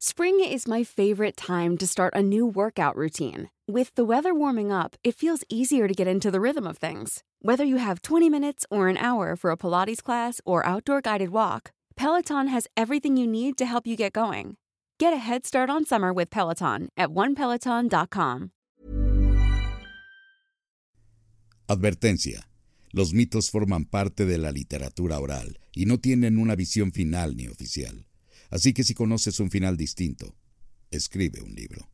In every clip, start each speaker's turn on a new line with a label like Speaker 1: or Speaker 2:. Speaker 1: Spring is my favorite time to start a new workout routine. With the weather warming up, it feels easier to get into the rhythm of things. Whether you have 20 minutes or an hour for a Pilates class or outdoor guided walk, Peloton has everything you need to help you get going. Get a head start on summer with Peloton at onepeloton.com.
Speaker 2: Advertencia. Los mitos forman parte de la literatura oral y no tienen una visión final ni oficial. Así que si conoces un final distinto, escribe un libro.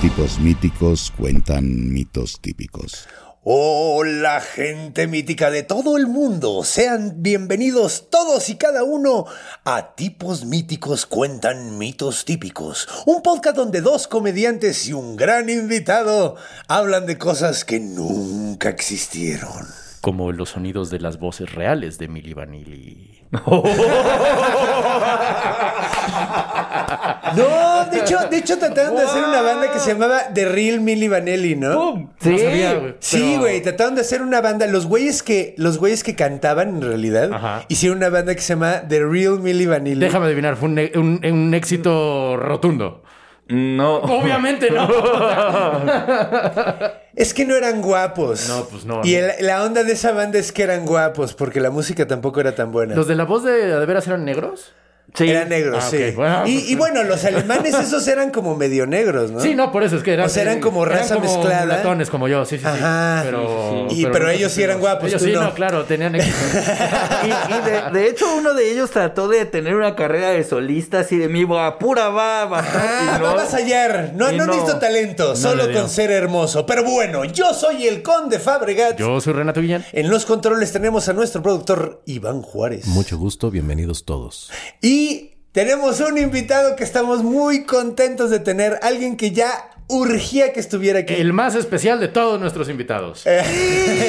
Speaker 2: Tipos míticos cuentan mitos típicos.
Speaker 3: Hola Oh, gente mítica de todo el mundo, sean bienvenidos todos y cada uno a Tipos Míticos Cuentan Mitos Típicos, un podcast donde dos comediantes y un gran invitado hablan de cosas que nunca existieron.
Speaker 4: como los sonidos de las voces reales de Milli Vanilli.
Speaker 3: No, de hecho, de hecho trataron de hacer una banda que se llamaba The Real Milli Vanilli, ¿no?
Speaker 4: No sabía, güey.
Speaker 3: Sí, güey, trataron de hacer una banda. Los güeyes que, los güeyes que cantaban en realidad
Speaker 4: Ajá.
Speaker 3: hicieron una banda que se llama The Real Milli Vanilli.
Speaker 5: Déjame adivinar, fue un, e- un- un éxito rotundo.
Speaker 4: No.
Speaker 5: Obviamente no.
Speaker 3: Es que no eran guapos.
Speaker 5: No, pues no,
Speaker 3: Y
Speaker 5: no.
Speaker 3: el- la onda de esa banda es que eran guapos, porque la música tampoco era tan buena.
Speaker 5: ¿Los de la voz de Adeveras eran negros?
Speaker 4: Sí.
Speaker 3: Eran negros,
Speaker 5: Ah,
Speaker 3: sí.
Speaker 5: ok, bueno.
Speaker 3: y, y bueno, los alemanes esos eran como medio negros, ¿no?
Speaker 5: Sí, no, por eso es que eran.
Speaker 3: O sea, eran como raza mezclada.
Speaker 5: Latones como yo, sí, sí. sí.
Speaker 3: Ajá.
Speaker 5: Pero,
Speaker 3: Y- pero ellos sí eran guapos,
Speaker 5: Ellos
Speaker 3: tú
Speaker 5: sí,
Speaker 3: no.
Speaker 5: no. claro, tenían éxito.
Speaker 6: Y, y de, de hecho, uno de ellos trató de tener una carrera de solista así de mi apura va, va.
Speaker 3: Ah,
Speaker 6: y no.
Speaker 3: vamos a hallar. No,
Speaker 6: Y
Speaker 3: no,
Speaker 6: no.
Speaker 3: necesito talento, solo
Speaker 5: le dio.
Speaker 3: con ser hermoso. Pero bueno, yo soy el conde Fabregat.
Speaker 5: Yo soy Renato Guillén.
Speaker 3: En los controles tenemos a nuestro productor Iván Juárez.
Speaker 7: Mucho gusto, bienvenidos todos.
Speaker 3: Y tenemos un invitado que estamos muy contentos de tener, alguien que ya urgía que estuviera aquí.
Speaker 5: El más especial de todos nuestros invitados.
Speaker 3: Eh.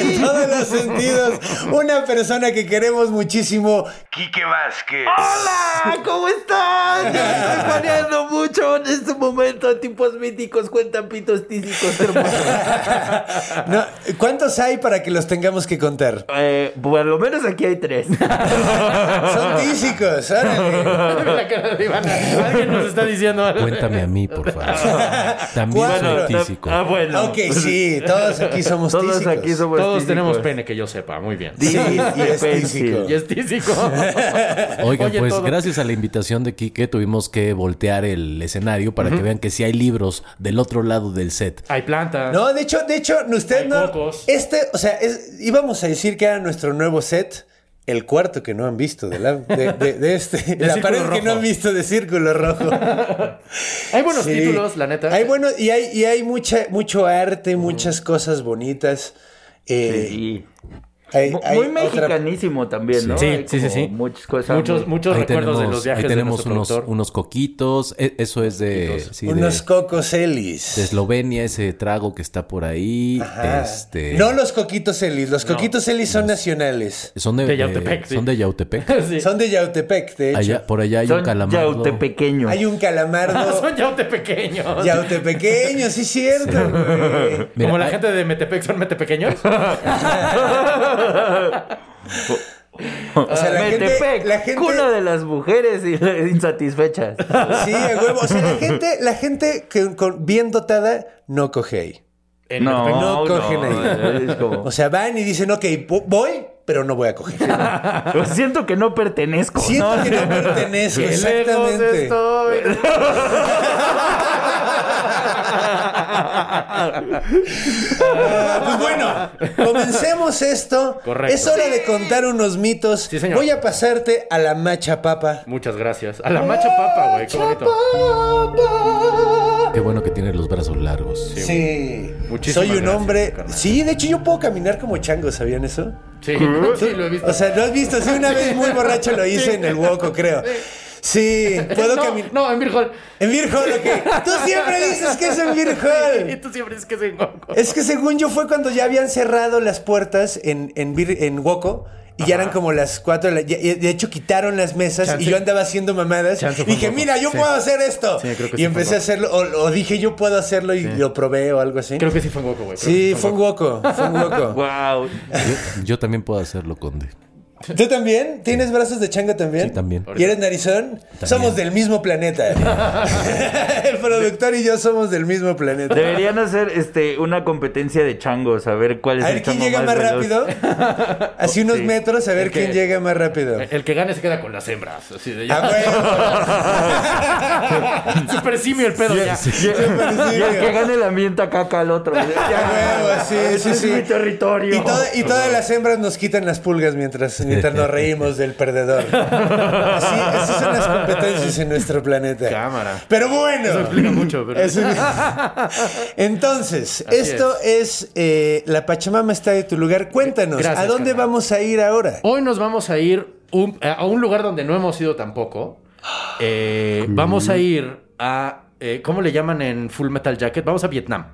Speaker 3: en todos los sentidos. Una persona que queremos muchísimo.
Speaker 8: Quique Vázquez.
Speaker 6: ¡Hola! ¿Cómo están? Yo me estoy paneando mucho en este momento. Tipos míticos cuentan pitos tísicos hermosos.
Speaker 3: No, ¿Cuántos hay para que los tengamos que contar?
Speaker 6: Eh, por lo menos aquí hay tres. Ah,
Speaker 3: Son tísicos, órale.
Speaker 5: La cara de Iván. Alguien nos está diciendo algo.
Speaker 7: Cuéntame a mí, por favor. También
Speaker 3: Cuatro.
Speaker 7: soy tísico.
Speaker 6: Ah, bueno.
Speaker 3: Ok, sí, todos aquí somos
Speaker 6: Todos
Speaker 3: tísicos.
Speaker 6: aquí somos
Speaker 4: Pues,
Speaker 5: Todos
Speaker 6: tísicos.
Speaker 5: tenemos pene que yo sepa, muy bien.
Speaker 3: Sí, y es
Speaker 6: Pencil.
Speaker 3: tísico.
Speaker 5: Y es tísico.
Speaker 7: Oigan,
Speaker 5: Oye,
Speaker 7: pues
Speaker 5: todo.
Speaker 7: gracias a la invitación de Quique tuvimos que voltear el escenario para que vean que sí hay libros del otro lado del set.
Speaker 5: Hay plantas.
Speaker 3: No, de hecho, de hecho, usted
Speaker 5: Hay
Speaker 3: no.
Speaker 5: pocos.
Speaker 3: Este, o sea, es- íbamos a decir que era nuestro nuevo set. El cuarto que no han visto de, la- de- de- de este, la
Speaker 5: Círculo
Speaker 3: pared que no
Speaker 5: Rojo.
Speaker 3: han visto de Círculo Rojo.
Speaker 5: Hay buenos
Speaker 3: Sí.
Speaker 5: títulos, la neta.
Speaker 3: Hay buenos, y hay, y hay mucha, mucho arte, muchas cosas bonitas. Eh,
Speaker 6: Sí.
Speaker 3: hay-
Speaker 6: Mu-
Speaker 3: hay
Speaker 6: Muy
Speaker 3: otra-
Speaker 6: mexicanísimo también, ¿no?
Speaker 7: Sí,
Speaker 6: Hay
Speaker 5: sí, sí,
Speaker 6: como
Speaker 5: sí.
Speaker 6: Muchas cosas.
Speaker 5: Pues, Muchos,
Speaker 6: muy-
Speaker 5: muchos recuerdos de los viajes
Speaker 7: ahí tenemos
Speaker 5: de
Speaker 7: unos,
Speaker 5: nuestro productor.
Speaker 7: unos coquitos. E- Eso es de, sí, de-
Speaker 3: unos cocos
Speaker 7: de
Speaker 3: elis.
Speaker 7: Eslovenia, ese trago que está por ahí.
Speaker 3: Ajá.
Speaker 7: Este,
Speaker 3: No los coquitos elis. Los coquitos elis son nacionales.
Speaker 7: son de,
Speaker 5: De Yautepec,
Speaker 7: de-
Speaker 5: sí.
Speaker 7: son de Yautepec.
Speaker 5: Sí.
Speaker 3: Son de Yautepec, de hecho.
Speaker 7: Allá- por allá hay un
Speaker 6: Son
Speaker 7: calamardo.
Speaker 6: yautepequeños.
Speaker 3: Hay un calamardo
Speaker 5: Son yaute pequeños.
Speaker 3: yautepequeño, sí, cierto. güey.
Speaker 7: Mira, ah.
Speaker 5: Como la
Speaker 7: hay-
Speaker 5: gente de Metepec son metepequeños.
Speaker 3: O sea, la gente,
Speaker 6: Ah, Metepec,
Speaker 3: la gente-
Speaker 6: cuna de las mujeres y insatisfechas.
Speaker 3: Sí, a huevo. O sea, la gente, la gente que, con- bien dotada no coge ahí.
Speaker 5: En Metepec.
Speaker 3: no cogen ahí.
Speaker 6: Es como,
Speaker 3: O sea, van y dicen, ok, vo- voy, pero no voy a coger.
Speaker 6: Pues siento que no pertenezco.
Speaker 3: Siento
Speaker 6: ¿no?
Speaker 3: que no pertenezco,
Speaker 5: Qué lejos
Speaker 3: exactamente.
Speaker 5: estoy.
Speaker 3: Ah, pues bueno, comencemos esto.
Speaker 5: Correcto.
Speaker 3: Es hora de contar unos mitos.
Speaker 5: Sí, señor.
Speaker 3: Voy a pasarte a la macha papa.
Speaker 5: Muchas gracias. A la macha papa, güey. Qué bonito.
Speaker 7: Qué bueno que tiene los brazos largos.
Speaker 3: Sí.
Speaker 5: Muchísimas
Speaker 3: Soy un
Speaker 5: gracias,
Speaker 3: hombre.
Speaker 5: carnal.
Speaker 3: Sí, de hecho yo puedo caminar como chango, ¿sabían eso?
Speaker 5: Sí, sí, lo he visto.
Speaker 3: O sea, ¿lo has visto? Sí, una vez muy borracho lo hice en el hueco, creo. Sí, puedo
Speaker 5: no,
Speaker 3: caminar.
Speaker 5: no, en Virgol.
Speaker 3: En Beer Hall, ok. Tú siempre dices que es en Beer Hall.
Speaker 5: Y tú siempre dices que soy un
Speaker 3: Es que según yo fue cuando ya habían cerrado las puertas en, en, Vir- en Woco Y ya eran como las 4 de la... ya- ya- De hecho, quitaron las mesas
Speaker 5: Chance-
Speaker 3: y yo andaba haciendo mamadas.
Speaker 5: Chance fue un
Speaker 3: dije,
Speaker 5: rojo.
Speaker 3: mira, yo
Speaker 5: Sí.
Speaker 3: puedo hacer esto.
Speaker 5: Sí, creo
Speaker 3: y
Speaker 5: que sí fue un
Speaker 3: empecé a
Speaker 5: rojo.
Speaker 3: hacerlo, o, o dije, yo puedo hacerlo y lo probé o algo así.
Speaker 5: Creo que sí fue un hueco, güey.
Speaker 3: sí, fue un hueco, fue un hueco.
Speaker 6: Wow.
Speaker 7: Yo, yo también puedo hacerlo, Conde.
Speaker 3: ¿Tú también? ¿Tienes brazos de changa también?
Speaker 7: Sí, también.
Speaker 3: ¿Y eres narizón? Somos del mismo planeta. El productor y yo somos del mismo planeta.
Speaker 6: Deberían hacer este, una competencia de changos, a ver cuál es
Speaker 3: A
Speaker 6: el
Speaker 3: ver quién
Speaker 6: chango
Speaker 3: llega más
Speaker 6: veloz.
Speaker 3: rápido. Así unos
Speaker 6: Sí.
Speaker 3: metros, a ver
Speaker 5: El que- Eh,
Speaker 3: quién llega más rápido.
Speaker 5: El que gane se queda con las hembras. Así de
Speaker 3: Ah,
Speaker 5: ya.
Speaker 3: huevo.
Speaker 5: Super simio el pedo ya.
Speaker 6: Y el- y el que gane el ambiente acá, acá al otro.
Speaker 3: A huevo, sí, sí,
Speaker 6: Ese
Speaker 3: sí.
Speaker 6: Es mi territorio.
Speaker 3: Y, toda- y todas las hembras nos quitan las pulgas mientras, mientras nos reímos del perdedor. Así, esas son las competencias en nuestro planeta.
Speaker 5: Cámara.
Speaker 3: Pero bueno.
Speaker 5: Eso explica mucho, pero-
Speaker 3: Eso- Entonces,
Speaker 5: Así
Speaker 3: esto es, eh, La Pachamama está de tu lugar. Cuéntanos,
Speaker 5: Gracias,
Speaker 3: ¿a dónde
Speaker 5: carnal.
Speaker 3: vamos a ir ahora?
Speaker 5: Hoy nos vamos a ir un- a un lugar donde no hemos ido tampoco. Eh, vamos a ir a. eh, ¿Cómo le llaman en Full Metal Jacket? Vamos a Vietnam.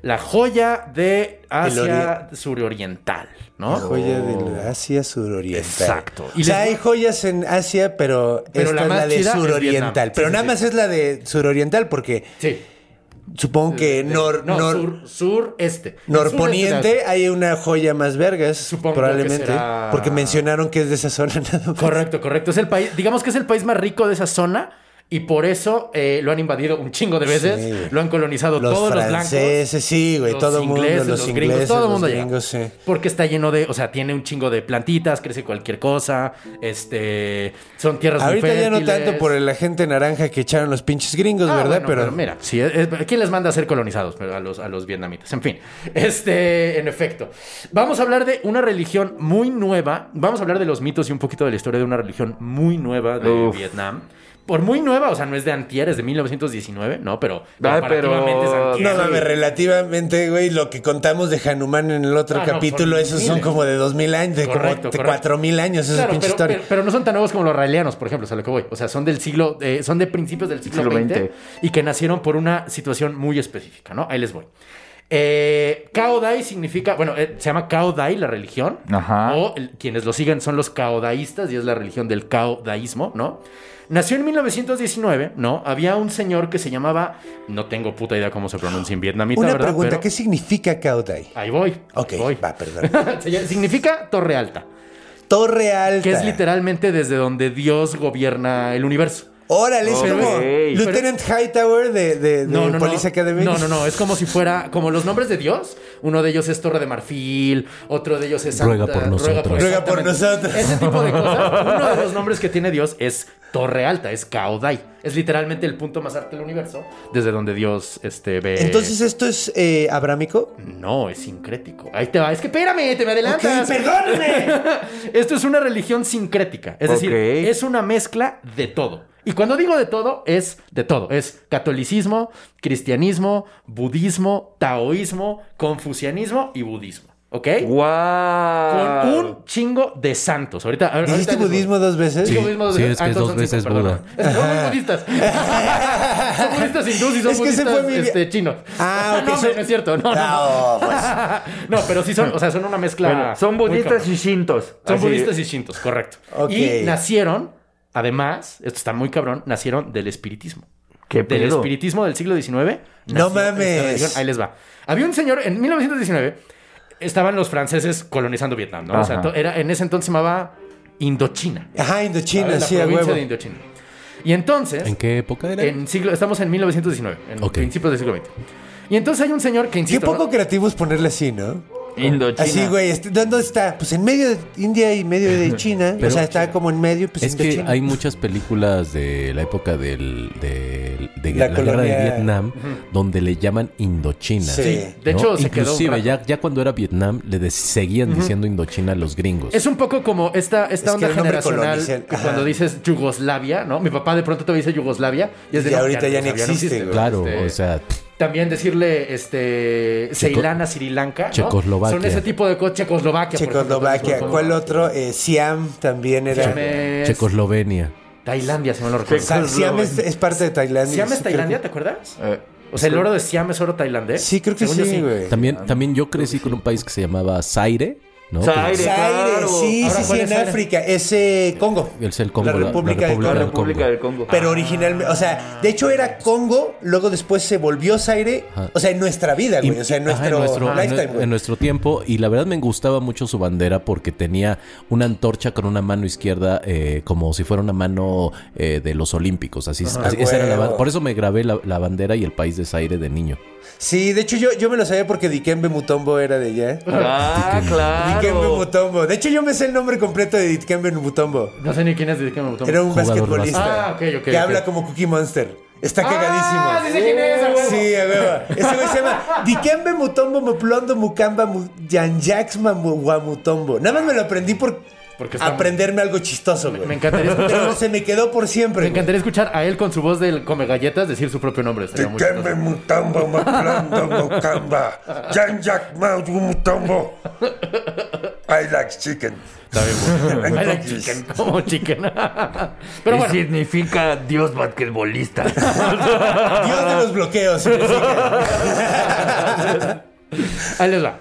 Speaker 5: La joya de Asia suroriental, ¿no?
Speaker 3: La joya del Asia suroriental.
Speaker 5: Exacto.
Speaker 3: O
Speaker 5: Y
Speaker 3: sea,
Speaker 5: les-
Speaker 3: hay joyas en Asia, pero,
Speaker 5: Pero
Speaker 3: esta
Speaker 5: la
Speaker 3: es
Speaker 5: más
Speaker 3: la de
Speaker 5: chida es
Speaker 3: suroriental.
Speaker 5: Vietnam.
Speaker 3: pero
Speaker 5: Sí, sí,
Speaker 3: nada
Speaker 5: sí.
Speaker 3: más es la de suroriental porque
Speaker 5: Sí.
Speaker 3: supongo que nor,
Speaker 5: Eh, no,
Speaker 3: nor-
Speaker 5: sur, sureste.
Speaker 3: norponiente hay una joya más vergas,
Speaker 5: Supongo que
Speaker 3: probablemente,
Speaker 5: será-
Speaker 3: porque mencionaron que es de esa zona nada más.
Speaker 5: Correcto, correcto. Es el país, digamos que es el país más rico de esa zona y por eso eh, lo han invadido un chingo de veces.
Speaker 3: Sí, güey.
Speaker 5: Lo han colonizado
Speaker 3: Los
Speaker 5: todos
Speaker 3: franceses,
Speaker 5: los blancos.
Speaker 3: sí, güey,
Speaker 5: los
Speaker 3: todo el mundo,
Speaker 5: ingleses,
Speaker 3: los
Speaker 5: gringos,
Speaker 3: ingleses,
Speaker 5: todo el mundo
Speaker 3: los
Speaker 5: llega.
Speaker 3: gringos, sí.
Speaker 5: Porque está lleno de, o sea, tiene un chingo de plantitas, crece cualquier cosa, este, son tierras muy
Speaker 3: Ahorita ya no
Speaker 5: fértiles.
Speaker 3: tanto por el agente naranja que echaron los pinches gringos,
Speaker 5: Ah,
Speaker 3: ¿verdad?
Speaker 5: bueno, pero... mira, sí, es- es- ¿quién les manda a ser colonizados? Pero A los, a los vietnamitas. En fin, este, en efecto. Vamos a hablar de una religión muy nueva. Vamos a hablar de los mitos y un poquito de la historia de una religión muy nueva de
Speaker 6: Uf.
Speaker 5: Vietnam. Por muy nueva, o sea, no es de antier, es de 1919, ¿no? Pero
Speaker 6: Ah, pero-
Speaker 5: comparativamente es antier.
Speaker 3: No mames, relativamente, güey, lo que contamos de Hanuman en el otro
Speaker 5: Ah, no,
Speaker 3: capítulo,
Speaker 5: son
Speaker 3: esos son
Speaker 5: miles.
Speaker 3: como de dos mil años, de
Speaker 5: Correcto,
Speaker 3: como de
Speaker 5: correcto.
Speaker 3: cuatro mil años, esos
Speaker 5: Claro,
Speaker 3: pinches
Speaker 5: pero,
Speaker 3: historias.
Speaker 5: pero- pero no son tan nuevos como los raelianos, por ejemplo, es a lo que voy. O sea, son del siglo, eh, son de principios del siglo,
Speaker 6: Siglo
Speaker 5: XX,
Speaker 6: XX.
Speaker 5: y que nacieron por una situación muy específica, ¿no? Ahí les voy. Eh, Cao Dai significa, bueno, eh, se llama Cao Dai la religión,
Speaker 6: Ajá.
Speaker 5: o el- quienes lo siguen son los caodaístas y es la religión del caodaísmo, ¿no? Nació en 1919, ¿no? Había un señor que se llamaba, no tengo puta idea cómo se pronuncia en vietnamita,
Speaker 3: Una
Speaker 5: ¿verdad?
Speaker 3: pregunta,
Speaker 5: Pero-
Speaker 3: ¿qué significa Kaodai?
Speaker 5: Ahí voy.
Speaker 3: Ok,
Speaker 5: ahí voy.
Speaker 3: va, perdón.
Speaker 5: significa torre alta.
Speaker 3: Torre Alta.
Speaker 5: Que es literalmente desde donde Dios gobierna el universo.
Speaker 3: Órale, es
Speaker 6: Ok.
Speaker 3: como
Speaker 6: Pero-
Speaker 3: Lieutenant Hightower de, de, de Police Academy.
Speaker 5: no, no, no, es como si fuera como los nombres de Dios. Uno de ellos es Torre de Marfil, otro de ellos es
Speaker 7: Ruega por nosotros.
Speaker 3: Ruega por
Speaker 5: exactamente.
Speaker 3: nosotros.
Speaker 5: Ese tipo de cosas. Uno de los nombres que tiene Dios es Torre Alta, es Kaodai. Es literalmente el punto más alto del universo desde donde Dios este, ve.
Speaker 3: Entonces, ¿esto es eh, abrámico?
Speaker 5: No, es sincrético. Ahí te va. Es que espérame, te me adelantas.
Speaker 3: Ok, perdóname.
Speaker 5: Esto es una religión sincrética, es decir,
Speaker 6: Ok.
Speaker 5: es una mezcla de todo. Y cuando digo de todo, es de todo. Es catolicismo, cristianismo, budismo, taoísmo, confucianismo y budismo. ¿Ok?
Speaker 6: Wow.
Speaker 5: Con un chingo de santos. Ahorita. ahorita
Speaker 3: ¿Dijiste
Speaker 5: les voy.
Speaker 3: budismo dos veces?
Speaker 5: Digo
Speaker 7: Sí,
Speaker 5: budismo dos
Speaker 7: sí,
Speaker 5: veces.
Speaker 7: es que es
Speaker 5: entonces
Speaker 7: dos
Speaker 5: son cinco,
Speaker 7: veces
Speaker 5: perdón. Es que son muy budistas. son budistas hindús y son
Speaker 3: Es que ese
Speaker 5: budistas
Speaker 3: fue mi vi-
Speaker 5: este, chinos.
Speaker 3: Ah, ok,
Speaker 5: no,
Speaker 3: son-
Speaker 5: no es cierto. No, no, no.
Speaker 3: No, pues.
Speaker 5: No, pero sí son, o sea, son una mezcla.
Speaker 6: Bueno, son
Speaker 5: muy cabrona.
Speaker 6: budistas y shintos.
Speaker 5: Son
Speaker 6: Así.
Speaker 5: budistas y shintos, correcto.
Speaker 3: Ok.
Speaker 5: Y nacieron, además, esto está muy cabrón, nacieron del espiritismo.
Speaker 6: ¿Qué
Speaker 5: Del
Speaker 6: pedo?
Speaker 5: espiritismo del siglo XIX.
Speaker 3: No
Speaker 5: nació
Speaker 3: mames.
Speaker 5: esta religión. Ahí les va. Había un señor, en 1919, estaban los franceses colonizando Vietnam, ¿no? O sea,
Speaker 6: Ajá.
Speaker 5: to- era, en ese entonces se llamaba Indochina.
Speaker 3: Ajá, Indochina,
Speaker 5: ¿sabes? La
Speaker 3: sí, a
Speaker 5: provincia
Speaker 3: huevo.
Speaker 5: de Indochina. Y entonces...
Speaker 7: ¿En qué época era?
Speaker 5: en siglo, estamos en 1919, en
Speaker 7: Ok.
Speaker 5: principios del siglo XX. Y entonces hay un señor que
Speaker 3: Qué
Speaker 5: insisto,
Speaker 3: poco
Speaker 5: ¿no?
Speaker 3: creativos ponerle así, ¿no?
Speaker 6: Indochina.
Speaker 3: Así, güey. este- ¿Dónde está? Pues en medio de India y medio de China. o
Speaker 7: Pero-
Speaker 3: sea, está como en medio, pues
Speaker 7: Es que
Speaker 3: Indochina.
Speaker 7: hay muchas películas de la época del, de, de
Speaker 3: La
Speaker 7: la, guerra
Speaker 3: colonia-
Speaker 7: de Vietnam donde le llaman Indochina.
Speaker 3: Sí.
Speaker 5: Sí, de
Speaker 7: ¿no?
Speaker 5: hecho se quedó un
Speaker 7: Inclusive,
Speaker 5: rato.
Speaker 7: ya, ya cuando era Vietnam, le de- seguían diciendo Indochina a los gringos.
Speaker 5: Es un poco como esta, esta
Speaker 3: pues, Es que
Speaker 5: onda
Speaker 3: el nombre
Speaker 5: generacional
Speaker 3: colonial,
Speaker 5: que
Speaker 3: ajá.
Speaker 5: cuando dices Yugoslavia, ¿no? Mi papá de pronto te dice Yugoslavia y es de
Speaker 3: Y
Speaker 5: no,
Speaker 3: ahorita ya ni
Speaker 5: Yugoslavia
Speaker 3: existe, güey.
Speaker 7: Claro,
Speaker 5: Este,
Speaker 7: o sea, pff,
Speaker 5: También decirle este Ceilán a Sri Lanka. ¿no?
Speaker 7: Checoslovaquia.
Speaker 5: Son ese tipo de cosas. Checoslovaquia. por
Speaker 3: Checoslovaquia.
Speaker 5: ejemplo.
Speaker 3: ¿Cuál otro? Eh, Siam también era.
Speaker 5: Siam es-
Speaker 7: Checoslovenia.
Speaker 5: Tailandia, si no lo recuerdo.
Speaker 3: Sa- Siam es, es parte de Tailandia.
Speaker 5: ¿Siam es
Speaker 3: sí, creo
Speaker 5: Tailandia?
Speaker 3: que-
Speaker 5: ¿Te acuerdas?
Speaker 6: Eh,
Speaker 5: O sea, el oro de Siam es oro tailandés.
Speaker 3: Sí, creo que
Speaker 5: Según yo
Speaker 3: sí, güey.
Speaker 7: También, también yo crecí con un país que se llamaba Zaire, ¿no?
Speaker 6: Zaire,
Speaker 3: Zaire,
Speaker 6: claro.
Speaker 3: sí,
Speaker 5: Ahora,
Speaker 3: sí, sí,
Speaker 5: ¿cuál
Speaker 3: en
Speaker 5: es Zaire?
Speaker 3: África. Es eh, Congo.
Speaker 7: Pero es el Congo,
Speaker 3: La República, del
Speaker 6: La
Speaker 3: Congo.
Speaker 7: del
Speaker 6: República del Congo.
Speaker 3: Pero originalmente, o sea, de hecho era Congo, luego después se volvió Zaire.
Speaker 7: Ajá.
Speaker 3: O sea, en nuestra vida,
Speaker 7: Y-
Speaker 3: güey. O sea, en
Speaker 7: ajá,
Speaker 3: nuestro,
Speaker 7: en
Speaker 3: lifetime,
Speaker 7: nue-
Speaker 3: güey.
Speaker 7: en nuestro tiempo. Y la verdad me gustaba mucho su bandera porque tenía una antorcha con una mano izquierda eh, como si fuera una mano eh, de los olímpicos. Así, así-
Speaker 3: huevo.
Speaker 7: esa era la ban- Por eso me grabé la, la bandera y el país de Zaire de niño.
Speaker 3: Sí, de hecho yo, yo me lo sabía porque Dikembe Mutombo era de allá.
Speaker 6: Ah,
Speaker 3: Dikembe
Speaker 6: claro.
Speaker 3: Mutombo. De hecho yo me sé el nombre completo de Dikembe Mutombo.
Speaker 5: No sé ni quién es de qué me gustó.
Speaker 3: Era un
Speaker 7: Jugador
Speaker 3: basquetbolista.
Speaker 5: vasco. Ah, ok, ok,
Speaker 3: Que
Speaker 5: ok.
Speaker 3: habla como Cookie Monster. Está cagadísimo.
Speaker 5: Ah, sí sé quién es, a huevo.
Speaker 3: Sí, a huevo. Ese güey se llama Dikembe Mutombo Muplondo Mukamba Mu- Yanjaxma Mu- Wamutombo. Nada más me lo aprendí por
Speaker 5: Porque está-
Speaker 3: aprenderme algo chistoso, güey.
Speaker 5: Me encantaría
Speaker 3: Pero
Speaker 5: escuchar.
Speaker 3: se me quedó por siempre.
Speaker 5: Me
Speaker 3: güey.
Speaker 5: encantaría escuchar a él con su voz del come galletas decir su propio nombre. Estaría muy
Speaker 8: Dikembe
Speaker 5: chistoso.
Speaker 8: Mutombo Maplando Mokamba. Janjak Mount Mutombo. I like chicken.
Speaker 5: Ay, la
Speaker 8: Entonces,
Speaker 5: chicken, como chicken. Pero bueno,
Speaker 6: significa Dios basquetbolista.
Speaker 3: Dios de los bloqueos.
Speaker 5: ahí les va.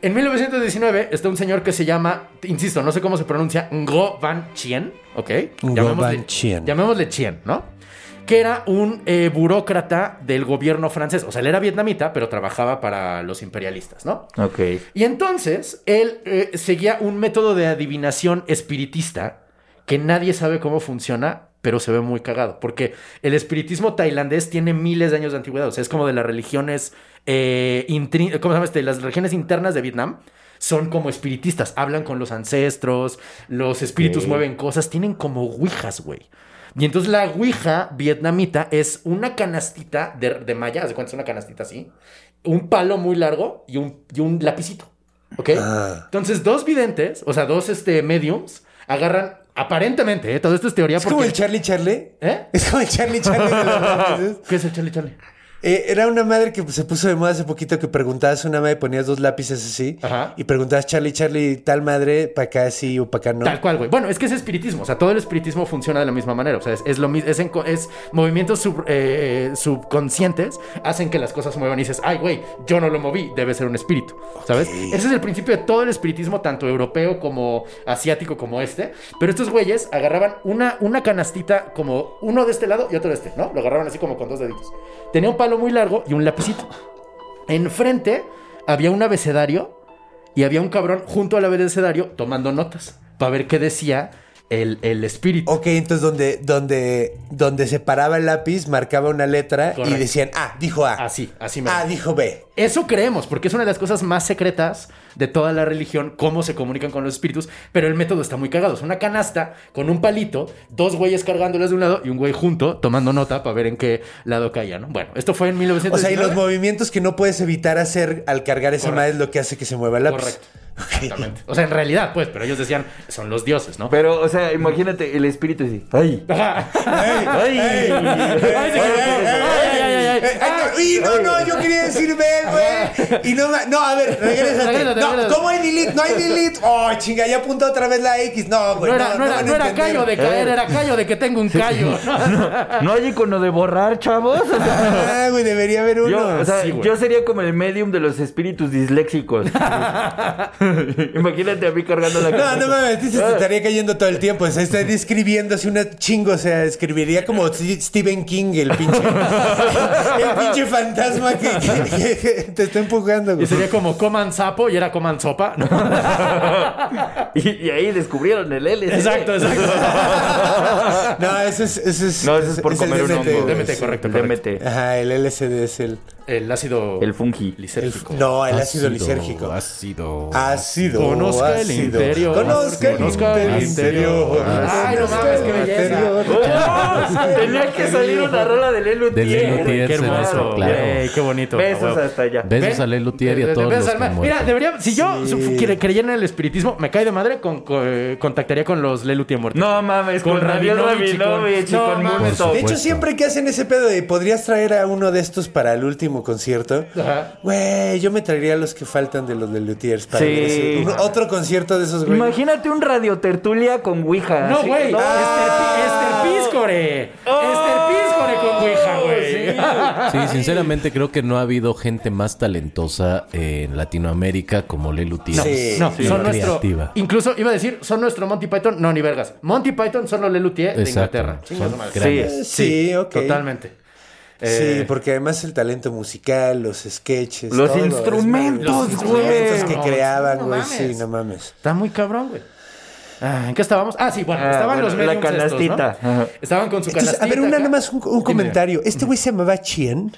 Speaker 5: En 1919 está un señor que se llama, insisto, no sé cómo se pronuncia, Ngo Van Chien, ¿ok?
Speaker 3: Ngo
Speaker 5: Llamémosle-
Speaker 3: Van Chien.
Speaker 5: Llamémosle Chien, ¿no? Que era un eh, burócrata del gobierno francés. O sea, él era vietnamita, pero trabajaba para los imperialistas, ¿no?
Speaker 6: ok.
Speaker 5: Y entonces él eh, seguía un método de adivinación espiritista que nadie sabe cómo funciona, pero se ve muy cagado. Porque el espiritismo tailandés tiene miles de años de antigüedad. O sea, es como de las religiones. eh, intrin- ¿Cómo se llama este? Las religiones internas de Vietnam son como espiritistas. Hablan con los ancestros, los espíritus mueven cosas, tienen como ouijas, güey. Y entonces la ouija vietnamita es una canastita de, de malla, ¿se cuenta? Es una canastita así. Un palo muy largo y un, y un lapicito. ¿Ok?
Speaker 3: Ah.
Speaker 5: Entonces dos videntes, o sea, dos este, mediums, agarran aparentemente, ¿eh? todo esto es teoría
Speaker 3: Es como
Speaker 5: porque...
Speaker 3: el Charlie Charlie.
Speaker 5: ¿Eh?
Speaker 3: Es como el Charlie Charlie de los franceses.
Speaker 5: ¿Qué es el chale chale?
Speaker 3: Eh, era una madre que se puso de moda hace poquito que preguntabas a una madre, ponías dos lápices así
Speaker 5: Ajá.
Speaker 3: y preguntabas Charlie, Charlie, tal madre, para acá sí o para acá no.
Speaker 5: Tal cual, güey. Bueno, es que es espiritismo. O sea, todo el espiritismo funciona de la misma manera. O sea, es, es lo mismo. Es, en co- es movimientos sub- eh, eh, subconscientes hacen que las cosas se muevan y dices, ay, güey, yo no lo moví, debe ser un espíritu. ¿Sabes? Ese es el principio de todo el espiritismo, tanto europeo como asiático como este. Pero estos güeyes agarraban una, una canastita como uno de este lado y otro de este, ¿no? Lo agarraban así como con dos deditos. Tenía un palo muy largo y un lapicito. Enfrente había un abecedario y había un cabrón junto al abecedario tomando notas para ver qué decía el, el espíritu.
Speaker 3: Ok, entonces donde, donde, donde se paraba el lápiz, marcaba una letra
Speaker 5: Correcto.
Speaker 3: y decían, ah, dijo A.
Speaker 5: Así, así me.
Speaker 3: Ah, dijo B.
Speaker 5: Eso creemos, porque es una de las cosas más secretas de toda la religión, cómo se comunican con los espíritus, pero el método está muy cagado. Es una canasta con un palito, dos güeyes cargándolas de un lado y un güey junto tomando nota para ver en qué lado caía, ¿no? Bueno, esto fue en
Speaker 3: O sea, y
Speaker 5: 1919.
Speaker 3: los movimientos que no puedes evitar hacer al cargar esa madre es lo que hace que se mueva el lápiz.
Speaker 5: Correcto.
Speaker 3: Ok.
Speaker 5: Exactamente. O sea, en realidad, pues, pero ellos decían, son los dioses, ¿no?
Speaker 6: Pero, o sea, imagínate el espíritu así. ¡Ay!
Speaker 3: ¡Ey! ¡Ey!
Speaker 6: ¡Ay!
Speaker 5: Ay, sí,
Speaker 3: ¡Ey, ey,
Speaker 5: ay, ay, ay,
Speaker 3: ey! ¡Ay, no, no! Yo quería decir B, güey. Y no, ma- no, a ver, regrésate.
Speaker 5: Regrésate,
Speaker 3: No,
Speaker 5: regrésate.
Speaker 3: ¿cómo hay delete? No hay delete. Oh, chinga, ya apuntó otra vez la X. No, güey.
Speaker 5: No era, no, era,
Speaker 3: van a
Speaker 5: no era
Speaker 3: entender. Eh.
Speaker 5: callo de caer, era callo de que tengo un callo.
Speaker 6: ¿No hay icono de borrar, chavos? O sea,
Speaker 3: Ah, güey, debería haber uno.
Speaker 6: Yo, o sea,
Speaker 5: sí, güey.
Speaker 6: yo sería como el medium de los espíritus disléxicos. Imagínate a mí cargando la
Speaker 3: no,
Speaker 6: cabeza.
Speaker 3: no mames, dices,
Speaker 6: Ah.
Speaker 3: se estaría cayendo todo el tiempo. O sea, estaría escribiendo así una chingo. O sea, escribiría como Si- Stephen King, el pinche. el pinche fantasma que, que- que te está empujando,
Speaker 5: Y
Speaker 3: güey.
Speaker 5: sería como coman sapo y era coman sopa. ¿no?
Speaker 6: Y, y ahí descubrieron el LSD.
Speaker 5: exacto, exacto.
Speaker 3: No, ese es. ese es
Speaker 6: No, eso es por comer
Speaker 3: el
Speaker 6: un hongo.
Speaker 3: güey.
Speaker 5: DMT, correcto,
Speaker 6: El
Speaker 5: correcto.
Speaker 6: DMT.
Speaker 3: Ajá, el LSD es el.
Speaker 5: El ácido
Speaker 6: El fungi.
Speaker 5: lisérgico.
Speaker 3: No, el ácido, lisérgico.
Speaker 7: Ácido.
Speaker 3: Ácido.
Speaker 5: Conozca el
Speaker 3: ácido.
Speaker 5: interior.
Speaker 3: Conozca,
Speaker 5: Conozca
Speaker 3: el
Speaker 5: el
Speaker 3: interior.
Speaker 5: interior. Ay, no
Speaker 3: Conozca
Speaker 5: mames,
Speaker 3: el
Speaker 5: qué belleza.
Speaker 3: interior.
Speaker 6: ¡Oh! Tenía que salir una rola del Elu
Speaker 7: Del
Speaker 6: Tier,
Speaker 7: Elu
Speaker 6: güey,
Speaker 7: Tier,
Speaker 6: qué
Speaker 7: se
Speaker 6: hermoso.
Speaker 7: hizo, claro.
Speaker 5: Güey, qué bonito.
Speaker 6: Besos
Speaker 5: a huevo.
Speaker 6: hasta allá.
Speaker 7: Besos
Speaker 5: Ven,
Speaker 7: a Lelu Tier y
Speaker 5: de-
Speaker 7: a
Speaker 5: de-
Speaker 7: todos
Speaker 5: besos
Speaker 7: los
Speaker 5: al
Speaker 7: que
Speaker 5: mar.
Speaker 7: han muerto.
Speaker 5: Mira, debería... Si yo
Speaker 3: Sí.
Speaker 5: su- quiere- creyera en el espiritismo, me cae de madre, con, co- eh, contactaría con los Lelutier muertos.
Speaker 6: No mames, con, Rabiel
Speaker 5: Rabinovich y con-
Speaker 6: Rabinovich y
Speaker 5: No
Speaker 6: con
Speaker 5: mames.
Speaker 6: Multo.
Speaker 3: De hecho,
Speaker 7: Puesto.
Speaker 3: siempre que hacen ese pedo de podrías traer a uno de estos para el último concierto,
Speaker 5: Ajá.
Speaker 3: güey, yo me traería los que faltan de los de Lutiers para
Speaker 6: Sí.
Speaker 3: ir a ese- un- otro concierto de esos, güey.
Speaker 6: Imagínate un radiotertulia con Ouija.
Speaker 5: No,
Speaker 6: así.
Speaker 5: güey. Ah,
Speaker 6: No, Este
Speaker 3: Oh.
Speaker 5: Esther Pi- Esther Piscore. Esther pone con Ouija,
Speaker 6: este
Speaker 5: güey.
Speaker 7: Sí, sinceramente creo que no ha habido gente más talentosa eh, en Latinoamérica como Lelu Díaz.
Speaker 3: Sí.
Speaker 5: No,
Speaker 7: Sí,
Speaker 5: son nuestro.
Speaker 7: creativa.
Speaker 5: Incluso iba a decir, son nuestro Monty Python. No, ni vergas. Monty Python son los Lelutier de
Speaker 7: Exacto.
Speaker 5: Inglaterra. Chinga
Speaker 7: Son
Speaker 5: su madre.
Speaker 7: grandes.
Speaker 5: Sí,
Speaker 3: Sí, ok.
Speaker 5: Totalmente. Eh,
Speaker 3: Sí, porque además el talento musical, los sketches.
Speaker 6: Los
Speaker 3: todo, es-
Speaker 6: instrumentos,
Speaker 3: los instrumentos que
Speaker 5: güey.
Speaker 3: creaban,
Speaker 5: No
Speaker 3: güey.
Speaker 5: mames.
Speaker 3: sí, no mames.
Speaker 5: Está muy cabrón, güey. Ah, ¿En qué estábamos? Ah, sí, bueno,
Speaker 6: Ah,
Speaker 5: estaban
Speaker 6: bueno,
Speaker 5: los
Speaker 6: la
Speaker 5: mediums estos, ¿no?
Speaker 6: canastita. Ajá.
Speaker 5: Estaban con su canastita.
Speaker 3: Entonces, a ver, una,
Speaker 5: acá.
Speaker 3: nada más un, un
Speaker 5: Dime.
Speaker 3: comentario. Este güey se llamaba Chien.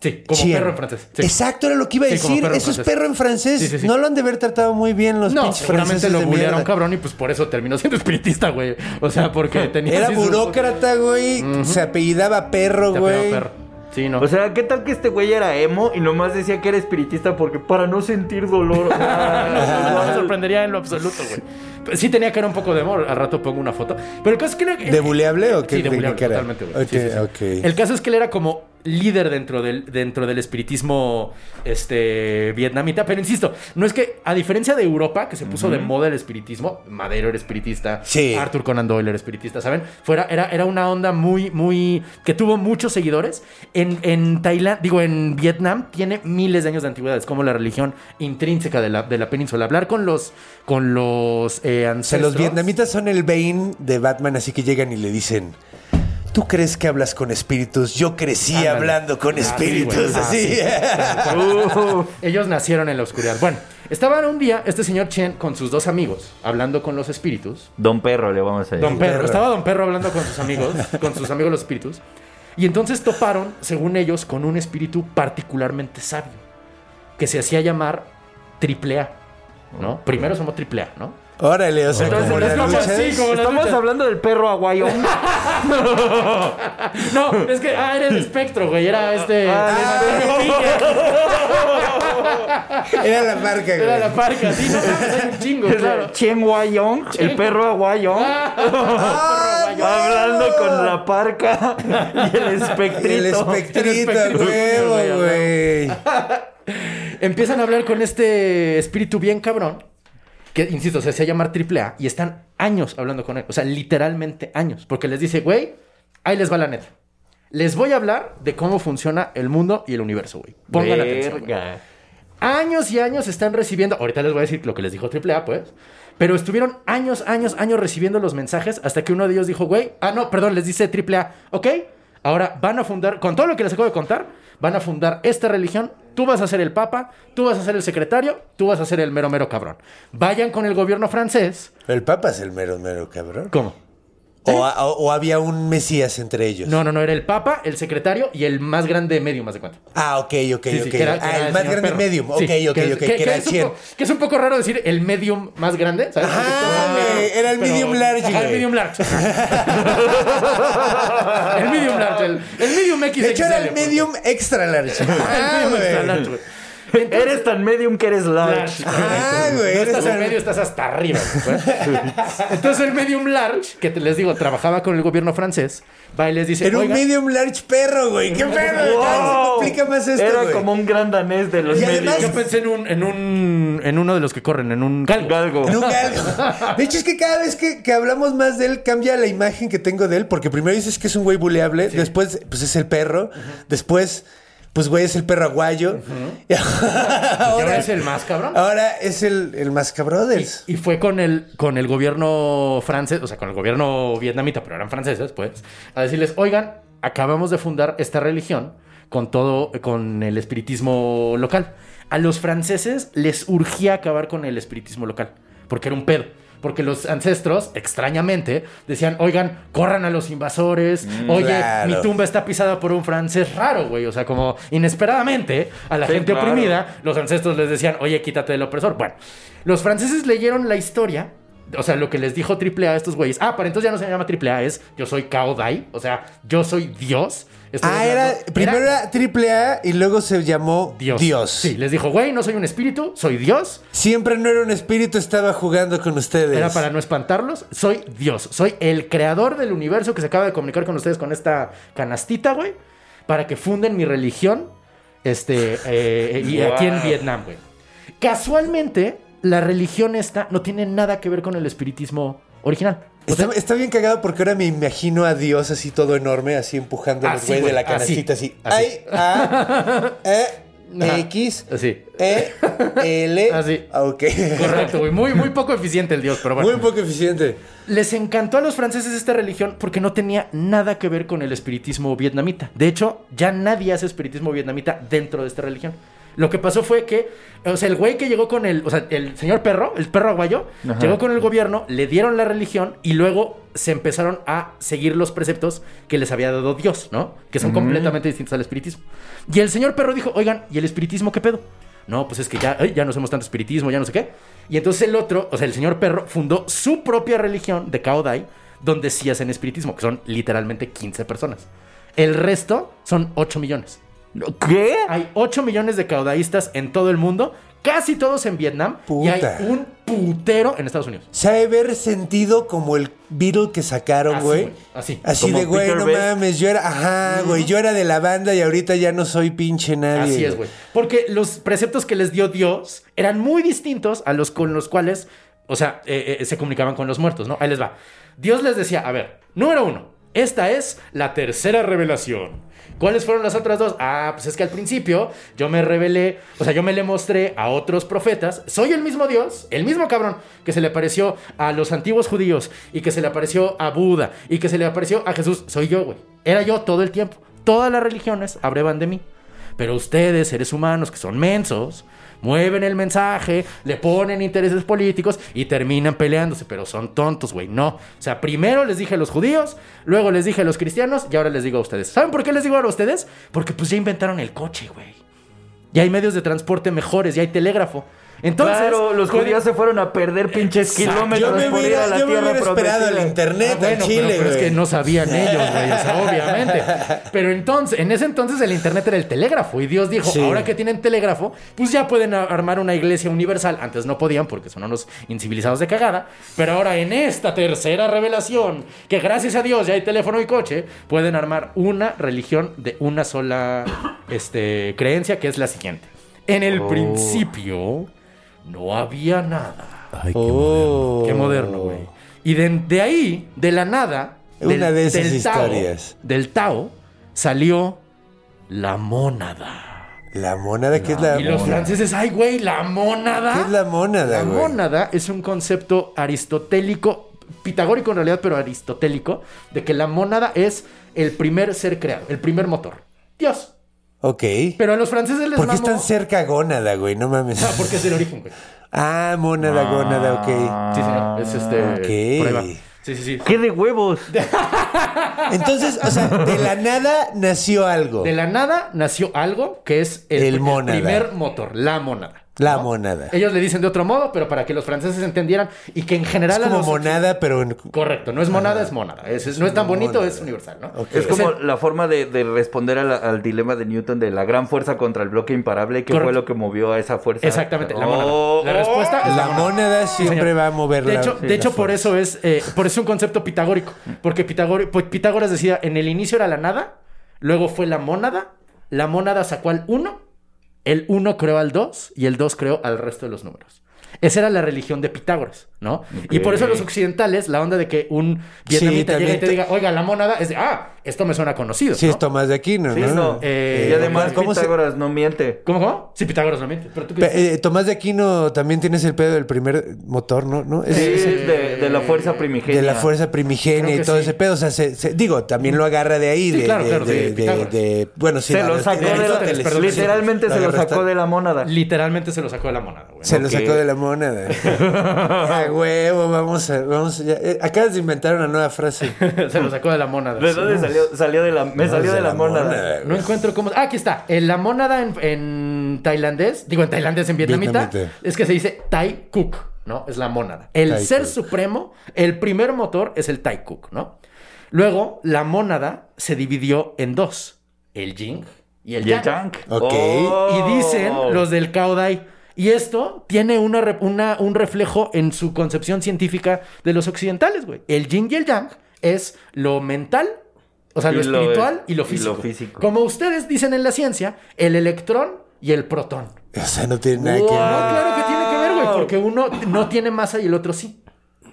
Speaker 5: Sí, como
Speaker 3: Chien.
Speaker 5: perro en francés. Sí.
Speaker 3: Exacto, era lo que iba a
Speaker 5: Sí, como
Speaker 3: decir.
Speaker 5: perro en
Speaker 3: Eso es
Speaker 5: francés.
Speaker 3: perro en francés.
Speaker 5: Sí, sí, sí.
Speaker 3: No lo han de haber tratado muy bien los
Speaker 5: No,
Speaker 3: pinches
Speaker 5: seguramente
Speaker 3: franceses
Speaker 5: lo
Speaker 3: de
Speaker 5: bullearon,
Speaker 3: mierda.
Speaker 5: cabrón, y pues por eso terminó siendo espiritista, güey. O sea, porque tenía.
Speaker 3: Era
Speaker 5: así sus-
Speaker 3: burócrata, güey. Se apellidaba perro,
Speaker 5: Se apellidaba
Speaker 3: güey.
Speaker 5: perro. Sí, no.
Speaker 6: O sea, ¿qué tal que este güey era emo y nomás decía que era espiritista porque para no sentir dolor?
Speaker 5: no, no me
Speaker 6: Ah,
Speaker 5: sorprendería en lo absoluto, güey. Pero Sí tenía que era un poco de amor. Al rato pongo una foto. Pero el caso es que... era-
Speaker 3: ¿De buleable o qué?
Speaker 5: Sí,
Speaker 3: ¿De
Speaker 5: de
Speaker 3: qué
Speaker 5: buleable,
Speaker 3: cara?
Speaker 5: totalmente, güey. Sí,
Speaker 3: Ok,
Speaker 5: sí, sí.
Speaker 3: ok.
Speaker 5: El caso es que él era como líder dentro del, dentro del espiritismo este, vietnamita. Pero insisto, no es que... A diferencia de Europa, que se puso de moda el espiritismo, Madero era espiritista,
Speaker 3: Sí.
Speaker 5: Arthur Conan Doyle era espiritista, ¿saben? Fuera, era, era una onda muy, muy... que tuvo muchos seguidores. En, en Tailandia, digo, en Vietnam tiene miles de años de antigüedad. Es como la religión intrínseca de la, de la península. Hablar con los, con los eh,
Speaker 3: O sea,
Speaker 5: ancestros...
Speaker 3: los vietnamitas son el Bane de Batman, así que llegan y le dicen. ¿Tú crees que hablas con espíritus? Yo crecí
Speaker 5: Ándale.
Speaker 3: hablando con
Speaker 5: Ah, sí, güey.
Speaker 3: espíritus,
Speaker 5: Ah,
Speaker 3: así.
Speaker 5: sí.
Speaker 6: Uh.
Speaker 5: Ellos nacieron en la oscuridad. Bueno, estaban un día este señor Chen con sus dos amigos hablando con los espíritus.
Speaker 6: Don Perro le vamos a decir.
Speaker 5: Don Perro.
Speaker 3: Perro.
Speaker 5: Estaba Don Perro hablando con sus amigos, con sus amigos los espíritus. Y entonces toparon, según ellos, con un espíritu particularmente sabio, que se hacía llamar Triple A. ¿No? Primero somos Triple A, ¿no?
Speaker 3: Órale, o sea,
Speaker 5: Entonces,
Speaker 3: como la
Speaker 5: es como
Speaker 3: lucha.
Speaker 5: así, como la
Speaker 6: Estamos
Speaker 5: lucha.
Speaker 6: hablando del perro aguayón.
Speaker 5: No, es que ah, era el espectro, güey. Era este.
Speaker 6: Ah,
Speaker 3: Era la marca, güey.
Speaker 5: Era la parca, sí, no mames, hay un chingo, claro.
Speaker 6: Chen Guayón, el perro aguayón.
Speaker 3: ¡Ah,
Speaker 6: Hablando
Speaker 3: huevo!
Speaker 6: con la parca y el espectrito.
Speaker 3: El espectrito,
Speaker 5: El espectrito, güey,
Speaker 3: huevo, güey.
Speaker 5: Empiezan a hablar con este espíritu bien cabrón, que insisto, se hacía llamar triple A, y están años hablando con él. O sea, literalmente años. Porque les dice, güey, ahí les va la neta. Les voy a hablar de cómo funciona el mundo y el universo, güey. Pongan atención. güey.
Speaker 6: Verga.
Speaker 5: Años y años están recibiendo. Ahorita les voy a decir lo que les dijo AAA, pues. Pero estuvieron años, años, años recibiendo los mensajes hasta que uno de ellos dijo, güey, ah, no, perdón, les dice AAA, ok. Ahora van a fundar, con todo lo que les acabo de contar, van a fundar esta religión. Tú vas a ser el papa, tú vas a ser el secretario, tú vas a ser el mero, mero cabrón. Vayan con el gobierno francés.
Speaker 3: El Papa es el mero, mero cabrón.
Speaker 5: ¿Cómo?
Speaker 3: O, a- o- o había un Mesías entre ellos.
Speaker 5: No, no, no, era el papa, el secretario y el más grande medio, más de cuenta.
Speaker 3: Ah, ok, ok,
Speaker 5: Sí,
Speaker 3: ok.
Speaker 5: sí, que era- que
Speaker 3: ah,
Speaker 5: era
Speaker 3: el más
Speaker 5: señor
Speaker 3: grande
Speaker 5: perro.
Speaker 3: medium. Ok,
Speaker 5: Sí,
Speaker 3: ok,
Speaker 5: que-
Speaker 3: ok.
Speaker 5: que-
Speaker 3: Que,
Speaker 5: que
Speaker 3: era
Speaker 5: es un
Speaker 3: 100.
Speaker 5: po- Que es un poco raro decir el medium más grande, ¿sabes? Porque
Speaker 3: Ajá,
Speaker 5: todo es
Speaker 3: güey, Ah, era el medium large,
Speaker 5: Ajá, el
Speaker 3: güey.
Speaker 5: medium large. el medium large, el, el medium XXL.
Speaker 3: De hecho, era el
Speaker 5: porque-
Speaker 3: medium extra large.
Speaker 5: El
Speaker 3: Ah,
Speaker 5: medium extra
Speaker 3: güey.
Speaker 5: large, güey. Entonces-
Speaker 6: Eres tan medium que eres large.
Speaker 3: Ah, güey.
Speaker 5: no
Speaker 3: eres
Speaker 5: estás en
Speaker 3: tan-
Speaker 5: medio, estás hasta arriba. güey. Entonces el medium large, que te les digo, trabajaba con el gobierno francés, va y les dice...
Speaker 3: Era un
Speaker 5: "Oiga,
Speaker 3: medium large perro, güey. ¿Qué pedo? Cada vez se
Speaker 6: Wow.
Speaker 3: complica más esto,
Speaker 6: Era
Speaker 3: güey.
Speaker 6: como un gran danés de los
Speaker 3: Y
Speaker 6: medios.
Speaker 3: además-
Speaker 5: yo pensé en un, en un... en uno de los que corren, en un galgo.
Speaker 6: Galgo.
Speaker 3: En un galgo. De hecho, es que cada vez que, que hablamos más de él, cambia la imagen que tengo de él. Porque primero dices que es un güey buleable. Después, pues es el perro. Después, pues güey, es el perro aguayo. Y
Speaker 5: Y
Speaker 3: ahora,
Speaker 5: ahora es el más cabrón.
Speaker 3: ahora es el, el Mascabrothers.
Speaker 5: Y fue con el, con el gobierno francés, o sea, con el gobierno vietnamita, pero eran franceses, pues, a decirles, oigan, acabamos de fundar esta religión con todo, con el espiritismo local. A los franceses les urgía acabar con el espiritismo local, porque era un pedo. Porque los ancestros, extrañamente, decían, oigan, corran a los invasores, oye,
Speaker 3: claro.
Speaker 5: mi tumba está pisada por un francés raro, güey. O sea, como inesperadamente, a la
Speaker 6: Sí,
Speaker 5: gente
Speaker 6: claro.
Speaker 5: oprimida, los ancestros les decían, oye, quítate del opresor. Bueno, los franceses leyeron la historia, o sea, lo que les dijo AAA a estos güeyes. Ah, para entonces ya no se llama AAA, es yo soy Cao Dai, o sea, yo soy Dios. Estoy
Speaker 3: Ah,
Speaker 5: hablando-
Speaker 3: era. Primero era triple A y luego se llamó Dios.
Speaker 5: Sí, les dijo, güey, no soy un espíritu, soy Dios.
Speaker 3: Siempre no era un espíritu, estaba jugando con ustedes.
Speaker 5: Era para no espantarlos. Soy Dios. Soy el creador del universo que se acaba de comunicar con ustedes con esta canastita, güey. Para que funden mi religión. Este. eh, eh, y aquí en Vietnam, güey. Casualmente, la religión esta no tiene nada que ver con el espiritismo original.
Speaker 3: Está, está bien cagado porque ahora me imagino a Dios así todo enorme, así empujando a los
Speaker 5: Así,
Speaker 3: güeyes de
Speaker 5: Ah, güey, Ah,
Speaker 3: la canastita, así.
Speaker 5: así,
Speaker 3: Ay, A, E, X,
Speaker 5: Así.
Speaker 3: E, L.
Speaker 5: Así.
Speaker 3: Ah, Ok.
Speaker 5: Correcto, güey. Muy, muy poco eficiente el dios, pero bueno.
Speaker 3: Muy poco eficiente.
Speaker 5: Les encantó a los franceses esta religión porque no tenía nada que ver con el espiritismo vietnamita. De hecho, ya nadie hace espiritismo vietnamita dentro de esta religión. Lo que pasó fue que, o sea, el güey que llegó con el, o sea, el señor perro, el perro aguayo, llegó con el gobierno, le dieron la religión y luego se empezaron a seguir los preceptos que les había dado Dios, ¿no? Que son completamente distintos al espiritismo. Y el señor perro dijo, oigan, ¿y el espiritismo qué pedo? No, pues es que ya, ay, ya no hacemos tanto espiritismo, ya no sé qué. Y entonces el otro, o sea, el señor perro, fundó su propia religión de Kaodai, donde sí hacen espiritismo, que son literalmente 15 personas. El resto son 8 millones.
Speaker 6: ¿Qué?
Speaker 5: Hay 8 millones de caudaístas en todo el mundo, casi todos en Vietnam, y hay
Speaker 3: Puta.
Speaker 5: un putero en Estados Unidos.
Speaker 3: Se ha de haber sentido como el Beatle que sacaron,
Speaker 5: Así,
Speaker 3: güey.
Speaker 5: Ah, güey, así.
Speaker 3: Así
Speaker 6: Como
Speaker 3: de, güey,
Speaker 6: Peter
Speaker 3: no
Speaker 6: Best.
Speaker 3: mames, yo era, ajá, güey, yo era de la banda y ahorita ya no soy pinche nadie.
Speaker 5: Así es, güey. Porque los preceptos que les dio Dios eran muy distintos a los con los cuales, o sea, eh, eh, se comunicaban con los muertos, ¿no? Ahí les va. Dios les decía, a ver, número uno, esta es la tercera revelación. ¿Cuáles fueron las otras dos? Ah, pues es que al principio yo me revelé, o sea, yo me le mostré a otros profetas. Soy el mismo Dios, el mismo cabrón que se le apareció a los antiguos judíos y que se le apareció a Buda y que se le apareció a Jesús. Soy yo, güey. Era yo todo el tiempo. Todas las religiones abrevan de mí. Pero ustedes, seres humanos que son mensos, mueven el mensaje, le ponen intereses políticos y terminan peleándose. Pero son tontos, güey. No. O sea, primero les dije a los judíos, luego les dije a los cristianos y ahora les digo a ustedes. ¿Saben por qué les digo ahora a ustedes? Porque pues ya inventaron el coche, güey. Ya hay medios de transporte mejores, ya hay telégrafo. Entonces,
Speaker 6: claro, los
Speaker 5: pueden-
Speaker 6: judíos se fueron a perder pinches
Speaker 3: Yo
Speaker 6: kilómetros
Speaker 3: me
Speaker 6: por ir a
Speaker 3: hubiera,
Speaker 6: la
Speaker 3: yo me
Speaker 6: tierra
Speaker 3: hubiera esperado
Speaker 6: prometida.
Speaker 3: el internet
Speaker 5: Ah, bueno,
Speaker 3: en
Speaker 5: pero-
Speaker 3: Chile,
Speaker 5: pero, es
Speaker 3: güey.
Speaker 5: que no sabían ellos, güey, o sea, obviamente. Pero entonces, en ese entonces el internet era el telégrafo y Dios dijo,
Speaker 3: Sí.
Speaker 5: ahora que tienen telégrafo, pues ya pueden a- armar una iglesia universal. Antes no podían porque son unos incivilizados de cagada, pero ahora en esta tercera revelación, que gracias a Dios ya hay teléfono y coche, pueden armar una religión de una sola este, creencia que es la siguiente. En el
Speaker 3: Oh.
Speaker 5: principio no había nada.
Speaker 7: Ay, qué
Speaker 3: Oh.
Speaker 5: Qué moderno, güey. Y de, de ahí, de la nada, del,
Speaker 3: Una de esas
Speaker 5: del Tao,
Speaker 3: historias.
Speaker 5: del Tao salió la mónada.
Speaker 3: La monada, ¿qué es la
Speaker 5: y los
Speaker 3: monada?
Speaker 5: franceses, ay, güey, la mónada.
Speaker 3: ¿Qué es la mónada,
Speaker 5: La
Speaker 3: güey?
Speaker 5: mónada es un concepto aristotélico, pitagórico en realidad, pero aristotélico, de que la mónada es el primer ser creado, el primer motor. Dios.
Speaker 3: Ok.
Speaker 5: Pero a los franceses les
Speaker 3: ¿Por qué
Speaker 5: mamó-
Speaker 3: están cerca a gónada, güey? No mames.
Speaker 5: Ah, porque es el origen, güey.
Speaker 3: Ah, monada, gónada, ok.
Speaker 5: Sí, señor. Es este.
Speaker 3: Ah, ok.
Speaker 5: Prueba. Sí, sí, sí.
Speaker 6: ¡Qué de huevos!
Speaker 3: Entonces, o sea, de la nada nació algo.
Speaker 5: De la nada nació algo que es el,
Speaker 3: El
Speaker 5: el
Speaker 3: mónada.
Speaker 5: primer motor, la monada.
Speaker 3: La monada.
Speaker 5: Ellos le dicen de otro modo, pero para que los franceses entendieran y que en
Speaker 3: Es
Speaker 5: general a
Speaker 3: como
Speaker 5: los-
Speaker 3: monada, pero en...
Speaker 5: Correcto, no es monada, es monada. Es- es- no es tan bonito,
Speaker 3: Mónada.
Speaker 5: es universal, ¿no?
Speaker 3: Ok.
Speaker 6: Es como
Speaker 5: el-
Speaker 6: la forma de, de responder a la- al dilema de Newton de la gran fuerza contra el bloque imparable. ¿Qué
Speaker 5: Correcto.
Speaker 6: fue lo que movió a esa fuerza?
Speaker 5: Exactamente, la monada.
Speaker 6: Oh,
Speaker 5: La respuesta es la,
Speaker 3: La monada siempre
Speaker 5: señor.
Speaker 3: va a mover
Speaker 5: De
Speaker 3: la-
Speaker 5: hecho,
Speaker 3: la Mm.
Speaker 5: de hecho por
Speaker 3: fuerza.
Speaker 5: eso es eh, por eso es un concepto pitagórico, porque Pitagor- pues, Pitágoras decía, en el inicio era la nada, luego fue la mónada, la mónada sacó al 1, el 1 creó al 2 y el 2 creó al resto de los números. Esa era la religión de Pitágoras, ¿no? Y por eso los occidentales, la onda de que un vietnamita
Speaker 3: también
Speaker 5: llegue y te
Speaker 3: te-
Speaker 5: diga, oiga, la mónada es de, ah, esto me suena conocido.
Speaker 3: Sí,
Speaker 5: ¿no?
Speaker 3: es Tomás de Aquino,
Speaker 6: Sí,
Speaker 3: ¿no?
Speaker 6: no.
Speaker 5: Eh,
Speaker 6: y además
Speaker 3: ¿cómo se-
Speaker 6: Pitágoras no miente.
Speaker 5: ¿Cómo, cómo? Sí, Pitágoras no miente. Pero tú qué dices?
Speaker 3: Pe- eh, Tomás de Aquino también tienes el pedo del primer motor, ¿no? ¿No? Es-
Speaker 6: Sí,
Speaker 3: es el-
Speaker 6: de, de la fuerza primigenia.
Speaker 3: de la fuerza primigenia
Speaker 5: Creo
Speaker 3: y
Speaker 5: que
Speaker 3: todo
Speaker 5: sí.
Speaker 3: ese pedo. O sea, se- se- digo, también lo agarra de ahí.
Speaker 5: Sí,
Speaker 3: de,
Speaker 5: claro,
Speaker 3: de-
Speaker 5: claro,
Speaker 3: de-
Speaker 5: sí,
Speaker 3: de-
Speaker 5: Pitágoras.
Speaker 3: de- bueno, sí,
Speaker 6: Se
Speaker 3: no,
Speaker 6: lo
Speaker 3: es-
Speaker 6: sacó
Speaker 5: de
Speaker 6: de
Speaker 5: Aristóteles,
Speaker 6: la...
Speaker 5: perdón.
Speaker 6: Literalmente se lo
Speaker 3: agarra
Speaker 6: sacó
Speaker 3: hasta-
Speaker 6: de la mónada.
Speaker 5: Literalmente se lo sacó de la monada, güey.
Speaker 3: Se
Speaker 5: ¿no?
Speaker 3: lo sacó de la monada. A huevo, vamos a... Vamos a- ya, eh, acabas de inventar una nueva frase.
Speaker 5: se lo sacó de la monada.
Speaker 6: ¿De
Speaker 5: sí.
Speaker 6: dónde salió? Salió de la... Me salió de la, mónada.
Speaker 5: No encuentro cómo. Ah, aquí está. Eh, La monada en, en tailandés, digo en tailandés, en vietnamita,
Speaker 3: Vietnamita.
Speaker 5: es que se dice Tai Cook, ¿no? Es la monada. El
Speaker 3: Thai
Speaker 5: ser
Speaker 3: cook.
Speaker 5: supremo, el primer motor es el Tai Cook, ¿no? Luego, la monada se dividió en dos: el Jing y el
Speaker 6: Y el
Speaker 5: Yang.
Speaker 6: Oh. tank.
Speaker 3: Ok.
Speaker 5: Y dicen los del Kaodai. Y esto tiene una, re- una- un reflejo en su concepción científica de los occidentales, güey. El yin y el yang es lo mental, o sea,
Speaker 6: Y
Speaker 5: lo
Speaker 6: lo-
Speaker 5: espiritual y lo
Speaker 6: y lo
Speaker 5: físico.
Speaker 6: físico.
Speaker 5: Como ustedes dicen en la ciencia, el electrón y el protón. Oh,
Speaker 3: O sea, no tiene nada que
Speaker 5: No,
Speaker 3: ver.
Speaker 5: claro que tiene que ver, güey, porque uno no tiene masa y el otro sí.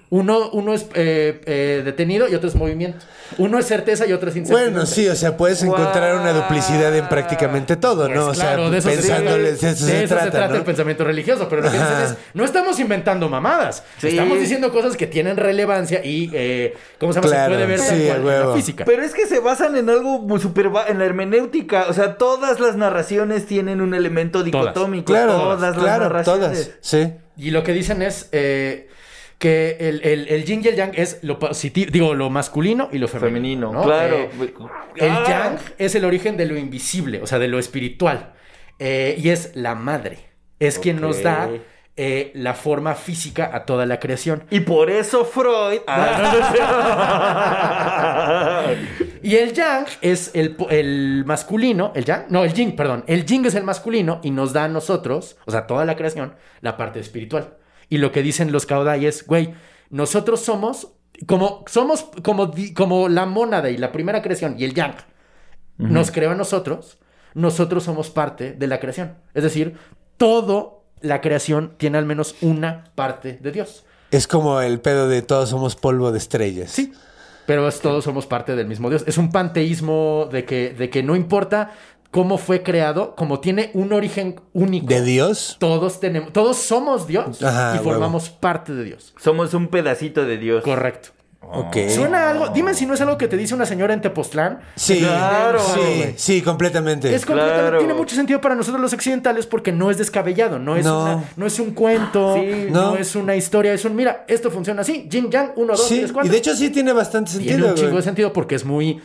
Speaker 5: Uno, uno es eh, eh, detenido y otro es movimiento. Uno es certeza y otro es incertidumbre.
Speaker 3: Bueno, sí, o sea, puedes encontrar una duplicidad en prácticamente todo, ¿no?
Speaker 5: Pues
Speaker 3: o sea,
Speaker 5: claro, de eso se
Speaker 3: pensándole,
Speaker 5: trata,
Speaker 3: de eso
Speaker 5: de
Speaker 3: se
Speaker 5: eso
Speaker 3: trata, ¿no?
Speaker 5: el pensamiento religioso, pero lo que dicen es, no estamos inventando mamadas,
Speaker 6: Sí.
Speaker 5: estamos diciendo cosas que tienen relevancia y, eh, ¿cómo se llama?
Speaker 3: Claro,
Speaker 5: se puede ver tal
Speaker 3: sí,
Speaker 5: cual
Speaker 3: a
Speaker 5: en la
Speaker 3: huevo.
Speaker 5: física.
Speaker 6: Pero es que se basan en algo mu- super va- en la hermenéutica. O sea, todas las narraciones tienen un elemento dicotómico.
Speaker 3: Claro,
Speaker 6: todas las
Speaker 3: claro,
Speaker 6: narraciones.
Speaker 3: todas, sí.
Speaker 5: Y lo que dicen es eh, que el, el, el yin y el yang es lo positivo, digo, lo masculino y lo femenino.
Speaker 6: Femenino,
Speaker 5: ¿no?
Speaker 6: claro.
Speaker 5: Eh, el
Speaker 6: Ah.
Speaker 5: yang es el origen de lo invisible, o sea, de lo espiritual. Eh, y es la madre. Es quien nos da eh, la forma física a toda la creación.
Speaker 6: Y por eso Freud. Ah.
Speaker 5: Y el yang es el, po- el masculino, el yang, no, el yin, perdón. El yin es el masculino y nos da a nosotros, o sea, toda la creación, la parte espiritual. Y lo que dicen los caudai es, güey, nosotros somos como, somos como, di- como la mónada y la primera creación y el yang nos creó a nosotros, nosotros somos parte de la creación. Es decir, todo la creación tiene al menos una parte de Dios.
Speaker 3: Es como el pedo de todos somos polvo de estrellas.
Speaker 5: Sí. Pero es- todos somos parte del mismo Dios. Es un panteísmo de que, de que no importa cómo fue creado, como tiene un origen único.
Speaker 3: ¿De Dios?
Speaker 5: Todos tenemos, todos somos Dios
Speaker 3: Ajá,
Speaker 5: y formamos parte de Dios.
Speaker 6: Somos un pedacito de Dios.
Speaker 5: Correcto.
Speaker 3: Ok.
Speaker 5: Suena algo. Dime si no es algo que te dice una señora en Tepoztlán.
Speaker 3: Sí,
Speaker 6: Claro,
Speaker 3: sí,
Speaker 6: güey.
Speaker 3: sí, completamente.
Speaker 5: Es completamente-
Speaker 6: Claro.
Speaker 5: Tiene mucho sentido para nosotros los occidentales porque no es descabellado, no es,
Speaker 3: No.
Speaker 5: una- no es un cuento,
Speaker 6: Sí.
Speaker 5: no.
Speaker 3: No.
Speaker 5: es una historia, es un mira, esto funciona así, yin yang, uno, dos,
Speaker 3: sí,
Speaker 5: tres, cuatro.
Speaker 3: y de hecho sí tiene bastante
Speaker 5: Tiene
Speaker 3: sentido,
Speaker 5: un chingo
Speaker 3: güey.
Speaker 5: de sentido porque es muy.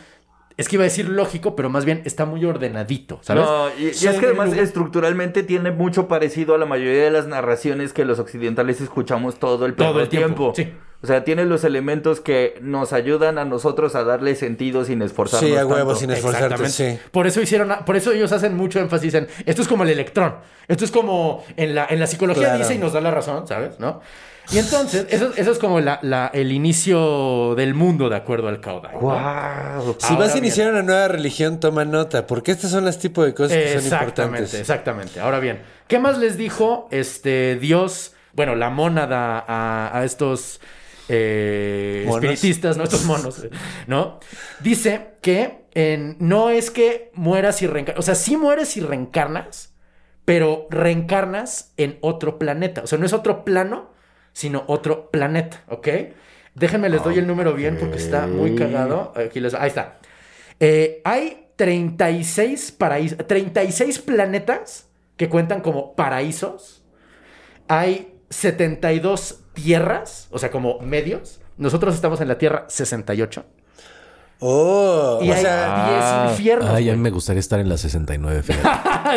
Speaker 5: Es que iba a decir lógico, pero más bien está muy ordenadito, ¿sabes?
Speaker 6: No, y, y
Speaker 3: Sí,
Speaker 6: es que además
Speaker 3: lugar.
Speaker 6: estructuralmente tiene mucho parecido a la mayoría de las narraciones que los occidentales escuchamos todo el,
Speaker 5: Todo el
Speaker 6: perro tiempo.
Speaker 5: tiempo, sí.
Speaker 6: O sea, tiene los elementos que nos ayudan a nosotros a darle sentido sin esforzarnos.
Speaker 3: Sí, a huevo,
Speaker 6: tanto.
Speaker 3: sin esforzarte, sí.
Speaker 5: Por eso hicieron, por eso ellos hacen mucho énfasis en esto es como el electrón. Esto es como en la, en la psicología
Speaker 3: Claro.
Speaker 5: dice y nos da la razón, ¿sabes? ¿No? Y entonces, eso, eso es como la- la- el inicio del mundo, de acuerdo al caudal.
Speaker 6: Guau.
Speaker 3: Si vas a iniciar una nueva religión, toma nota, porque estas son las tipos de cosas que son
Speaker 5: Exactamente,
Speaker 3: importantes.
Speaker 5: exactamente. Ahora bien, ¿qué más les dijo este Dios? Bueno, la mónada a, a estos eh,
Speaker 3: Monos.
Speaker 5: espiritistas, ¿no? Estos monos, eh, ¿no? Dice que en- no es que mueras y reencarnas. O sea, sí mueres y reencarnas, pero reencarnas en otro planeta. O sea, no es otro plano, sino otro planeta, ¿ok? Déjenme les doy el número bien porque está muy cagado. Aquí les- ahí está. Eh, hay 36 paraísos, 36 planetas que cuentan como paraísos. Hay 72 tierras, o sea, como medios. Nosotros estamos en la Tierra 68.
Speaker 3: Oh,
Speaker 5: Y
Speaker 3: o
Speaker 5: hay Ah.
Speaker 3: sea,
Speaker 5: 10 infiernos.
Speaker 7: Ah. Ay, a mí
Speaker 5: güey. Ah,
Speaker 7: me gustaría estar en la 69, fíjate.